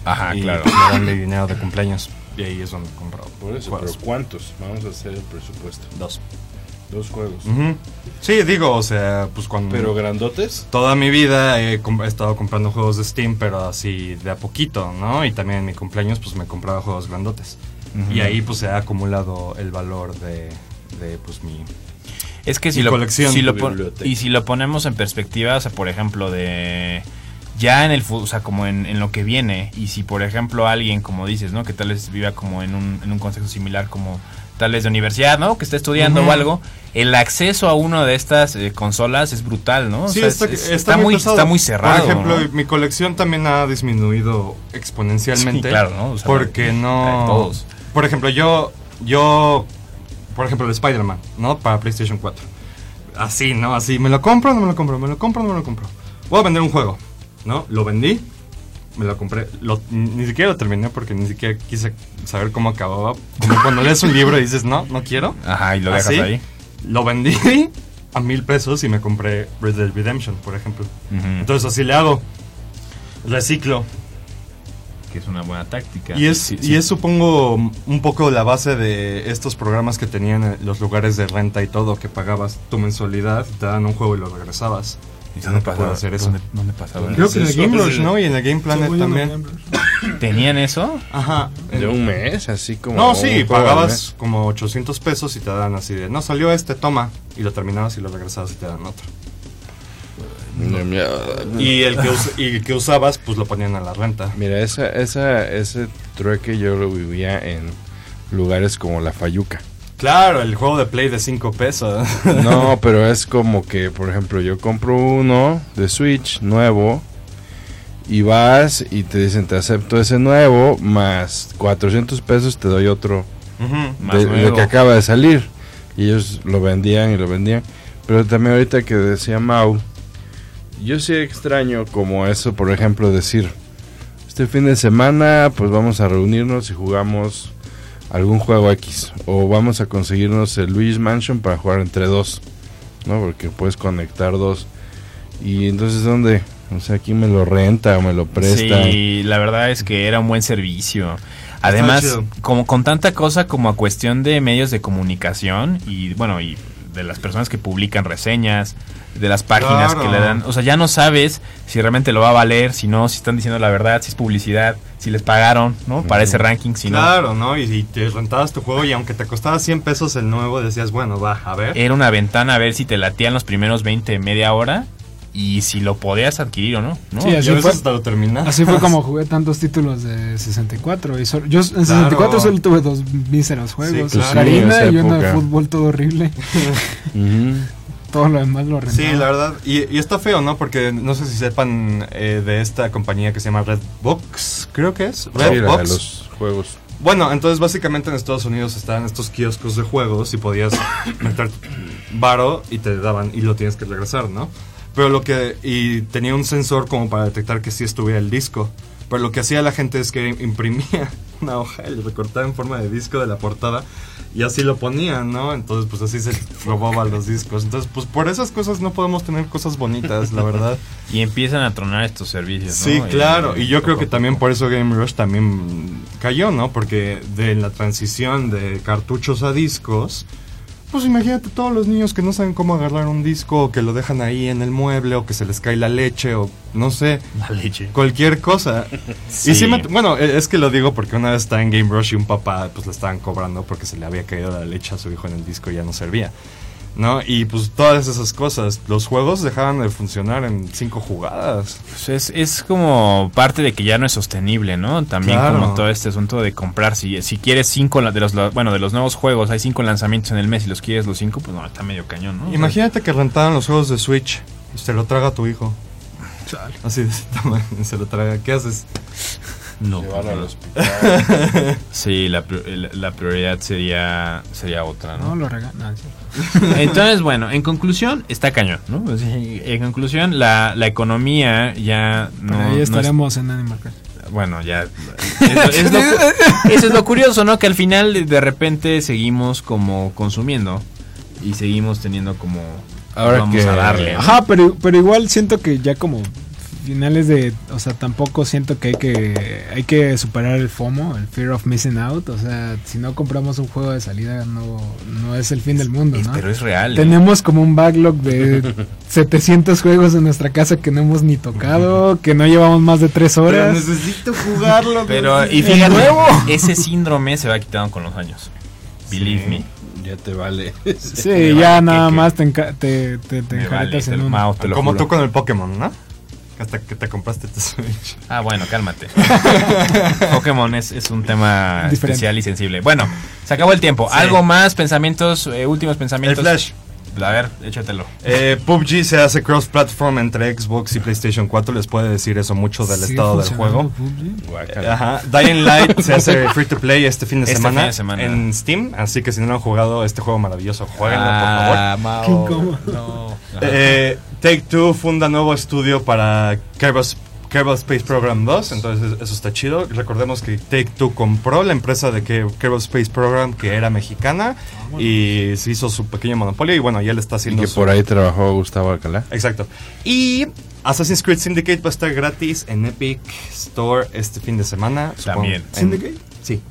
S2: Ajá,
S4: y
S2: claro.
S4: pues, Me dan mi dinero de cumpleaños. Y ahí es donde compro.
S6: Por eso,
S4: juegos.
S6: pero ¿cuántos? Vamos a hacer el presupuesto.
S2: Dos.
S6: Dos juegos.
S4: Ujú. Sí, digo, o sea, pues cuando.
S6: ¿Pero grandotes?
S4: Toda mi vida he, com- he estado comprando juegos de Steam, pero así de a poquito, ¿no? Y también en mi cumpleaños, pues me compraba juegos grandotes. Y ahí, pues se ha acumulado el valor de, de pues mi.
S2: Es que si
S4: Mi
S2: lo,
S4: colección,
S2: si lo
S4: tu
S2: pon-
S6: biblioteca.
S2: y si lo ponemos en perspectiva, o sea, por ejemplo, de ya en el fu- o sea, como en, en lo que viene, y si por ejemplo alguien, como dices, ¿no? Que tal vez viva como en un, en un contexto similar, como tal vez de universidad, ¿no? Que está estudiando o algo, el acceso a una de estas eh, consolas es brutal, ¿no? O sea, es- es- muy,
S4: pesado.
S2: está muy cerrado.
S4: Por ejemplo,
S2: ¿no?
S4: mi colección también ha disminuido exponencialmente.
S2: Sí, claro, ¿no? O sea,
S4: porque no.
S2: para todos.
S4: Por ejemplo, yo. Yo. Por ejemplo, el Spider-Man, ¿no? Para PlayStation 4. Así, ¿no? Así. ¿Me lo compro o no me lo compro? ¿Me lo compro o no me lo compro? Voy a vender un juego, ¿no? Lo vendí. Me lo compré. Lo- ni siquiera lo terminé porque ni siquiera quise saber cómo acababa. Como cuando lees un libro y dices, no, no quiero.
S2: Ajá, y lo dejas
S4: Así,
S2: ahí.
S4: Lo vendí a mil pesos y me compré Red Dead Redemption, por ejemplo.
S2: Ujú.
S4: Entonces así le hago. Reciclo.
S2: que es una buena táctica.
S4: Y es,
S2: Sí, sí.
S4: y es supongo un poco la base de estos programas que tenían eh, los lugares de renta y todo, que pagabas tu mensualidad, te daban un juego y lo regresabas.
S2: ¿Y dónde pasaba
S4: puedo hacer eso.
S2: ¿Dónde, dónde pasaba
S4: Creo que en el
S6: Eso,
S4: Game
S6: eso
S4: Rush,
S6: es-
S4: ¿no? Y en el Game Planet
S5: Según yo,
S4: también.
S5: noviembre.
S2: ¿Tenían eso?
S4: Ajá.
S6: ¿De un mes? Así como.
S4: No,
S6: un
S4: sí,
S6: juego al
S4: pagabas como 800 pesos y te dan así de, no, salió este, toma. Y lo terminabas y lo regresabas y te dan otro.
S6: mes. No, mira,
S4: Y el que, us- y el que usabas, pues lo ponían a la renta.
S6: Mira, esa, esa, ese trueque yo lo vivía en lugares como La Fayuca.
S4: Claro, el juego de Play de 5 pesos.
S6: No, pero es como que, por ejemplo, yo compro uno de Switch nuevo y vas y te dicen, te acepto ese nuevo, más 400 pesos te doy otro
S2: Más
S6: de, de
S2: nuevo.
S6: que acaba de salir. Y ellos lo vendían y lo vendían. Pero también ahorita que decía Mau, yo sí extraño como eso, por ejemplo, decir, este fin de semana pues vamos a reunirnos y jugamos algún juego X. O vamos a conseguirnos el Luigi's Mansion para jugar entre dos. ¿No? Porque puedes conectar dos. Y entonces, ¿dónde? O sea, ¿quién me lo renta o me lo presta?
S2: Sí, la verdad es que era un buen servicio. Además,
S4: chido.
S2: como con tanta cosa como a cuestión de medios de comunicación y bueno, y de las personas que publican reseñas, de las páginas
S4: Claro.
S2: que le dan, o sea, ya no sabes si realmente lo va a valer, si no, si están diciendo la verdad, si es publicidad, si les pagaron, ¿no? Para ese ranking, si
S4: claro, ¿no? Y, y te rentabas tu juego y aunque te costaba 100 pesos el nuevo, decías, bueno, va, a
S2: no.
S4: ver.
S5: Eh,
S2: Era una ventana a ver si te latían los primeros 20, media hora y si lo podías adquirir o no, ¿no?
S5: Sí,
S4: y
S5: así
S4: a veces
S5: fue.
S4: hasta lo terminabas.
S5: Así fue como jugué tantos títulos de 64. Y sol- yo en 64
S4: Claro.
S5: solo tuve dos míseros juegos.
S4: Sí, claro.
S5: Ocarina
S6: Sí, en esa
S5: y uno de
S6: época.
S5: fútbol todo horrible.
S6: Ujú.
S5: Todo lo demás lo rentaba.
S4: Sí, la verdad. Y, y está feo, ¿no? Porque no sé si sepan eh, de esta compañía que se llama Redbox, creo que es.
S6: Sí, la de
S4: Redbox.
S6: los juegos.
S4: Bueno, entonces básicamente en Estados Unidos estaban estos kioscos de juegos y podías meter varo y te daban y lo tienes que regresar, ¿no? Pero lo que. Y tenía un sensor como para detectar que sí estuviera el disco. Pero lo que hacía la gente es que imprimía una hoja y lo recortaba en forma de disco de la portada. Y así lo ponían, ¿no? Entonces, pues así se robaba los discos. Entonces, pues por esas cosas no podemos tener cosas bonitas, la verdad.
S2: Y empiezan a tronar estos servicios.
S4: Sí,
S2: ¿no? Eh,
S4: claro. Y yo creo que también por eso Game Rush también cayó, ¿no? Porque de la transición de cartuchos a discos, pues imagínate todos los niños que no saben cómo agarrar un disco, o que lo dejan ahí en el mueble, o que se les cae la leche, o no sé,
S2: La leche.
S4: cualquier cosa.
S2: Sí.
S4: Y sí me- bueno, e- es que lo digo porque una vez estaba en Game Rush y un papá pues le estaban cobrando porque se le había caído la leche a su hijo en el disco y ya no servía. ¿No? Y pues todas esas cosas. Los juegos dejaban de funcionar en cinco jugadas.
S2: Pues es, es como parte de que ya no es sostenible, ¿no? También
S4: Claro.
S2: como todo este asunto de comprar. Si, si quieres cinco la- de los la- bueno de los nuevos juegos, hay cinco lanzamientos en el mes y los quieres los cinco, pues no, está medio cañón, ¿no? O sea,
S4: Imagínate que rentaran los juegos de Switch y se lo traga tu hijo. Así de ese tamaño, se lo traga. ¿Qué haces?
S2: no.
S6: Llevarlo al hospital.
S2: Sí, la, pri- la- la prioridad sería sería otra,
S5: No,
S2: ¿no?
S5: lo regalan.
S2: Entonces, bueno, en conclusión, está cañón, ¿no? O sea, En conclusión, la, la economía ya no, no
S5: ahí
S2: es-
S5: estaremos en Animal Crossing.
S2: Bueno, ya. Eso es, lo, cu- eso es lo curioso, ¿no? Que al final de- de repente seguimos como consumiendo y seguimos teniendo como.
S6: Ahora
S2: vamos
S6: que-
S2: a darle. ¿no?
S5: Ajá, pero, pero igual siento que ya como finales de, o sea, tampoco siento que hay que hay que superar el FOMO, el fear of missing out, o sea, si no compramos un juego de salida no no es el fin del mundo,
S2: Es-
S5: ¿no?
S2: Pero es real. ¿eh?
S5: Tenemos como un backlog de 700 juegos en nuestra casa que no hemos ni tocado, que no llevamos más de 3 horas.
S6: necesito jugarlo.
S2: Pero, y
S5: ¿De
S2: fíjate,
S5: nuevo?
S2: ese síndrome se va quitando con los años. Believe me.
S6: Ya te vale.
S5: Sí,
S2: me
S5: ya
S2: vale, este
S5: nada
S2: que-
S5: más te, enca- te, te, te
S2: Me vale,
S5: enjaretas
S2: el
S5: en uno.
S2: mouse, te lo
S4: Como
S2: juro.
S4: tú con el Pokémon, ¿no? Hasta que te compraste tu Switch.
S2: Ah, bueno, cálmate. Pokémon es, es un tema
S5: Diferente.
S2: especial y sensible. Bueno, se acabó el tiempo. ¿Algo más? ¿Pensamientos? eh, últimos pensamientos.
S4: El Flash.
S2: A ver, échatelo.
S4: Eh, PUBG se hace cross-platform entre Xbox y PlayStation 4. Les puede decir eso mucho del
S5: ¿Sigue
S4: estado del
S5: funcionando
S4: juego.
S5: PUBG?
S6: Ah,
S4: Ajá. Dying Light se hace free to play este fin de,
S2: Este
S4: semana,
S2: fin de semana.
S4: en Steam. Así que si no lo han jugado este juego maravilloso, jueguenlo por favor.
S2: Ah, Mao.
S5: Qué incómodo.
S4: Eh, Take Two funda nuevo estudio para Kerbal, Kerbal Space Program 2, entonces eso está chido. Recordemos que Take Two compró la empresa de Ke- Kerbal Space Program que era mexicana y se hizo su pequeño monopolio y bueno, ya le está
S6: Y
S4: haciendo
S6: que
S4: su-
S6: por ahí trabajó Gustavo Alcalá.
S4: Exacto. Y Assassin's Creed Syndicate va a estar gratis en Epic Store este fin de semana. supongo.
S2: También.
S4: En-
S5: ¿Syndicate?
S4: Sí.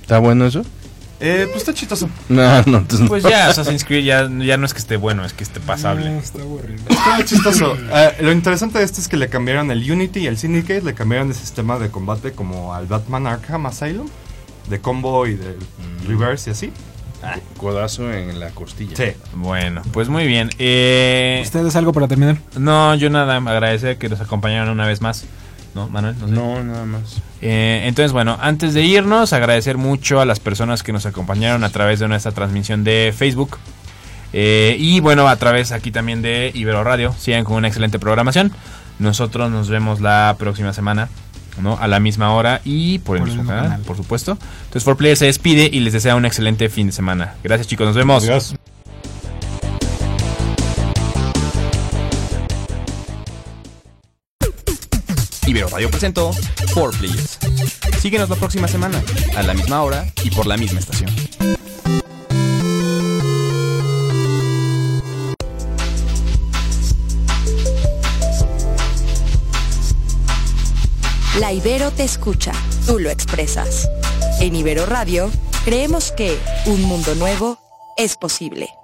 S6: ¿Está bueno eso?
S4: Eh, pues está chistoso.
S6: No, no, entonces no.
S2: Pues ya, Assassin's Creed ya, ya no es que esté bueno, es que esté pasable.
S5: No, está aburrido.
S4: Está chistoso. Eh, lo interesante de esto es que le cambiaron el Unity y el Syndicate, le cambiaron el sistema de combate como al Batman Arkham Asylum, de combo y de reverse y así.
S6: Codazo en la costilla.
S4: Sí.
S5: Mm.
S2: Bueno, pues muy bien. Eh,
S5: ¿Ustedes algo para terminar?
S2: no, yo nada, agradecer que nos acompañaron una vez más. ¿No, Manuel? No sé.
S6: No, nada más.
S2: Eh, entonces, bueno, antes de irnos, agradecer mucho a las personas que nos acompañaron a través de nuestra transmisión de Facebook. Eh, y bueno, a través aquí también de Ibero Radio. Sigan con una excelente programación. Nosotros nos vemos la próxima semana, ¿no? A la misma hora y por el
S5: Por el
S2: mismo
S5: mismo
S2: canal,
S5: canal.
S2: por supuesto. Entonces, For Player se despide y les desea un excelente fin de semana. Gracias, chicos. Nos vemos.
S8: Ibero Radio presentó 4 Players. Síguenos la próxima semana, a la misma hora y por la misma estación.
S9: La Ibero te escucha, tú lo expresas. En Ibero Radio creemos que un mundo nuevo es posible.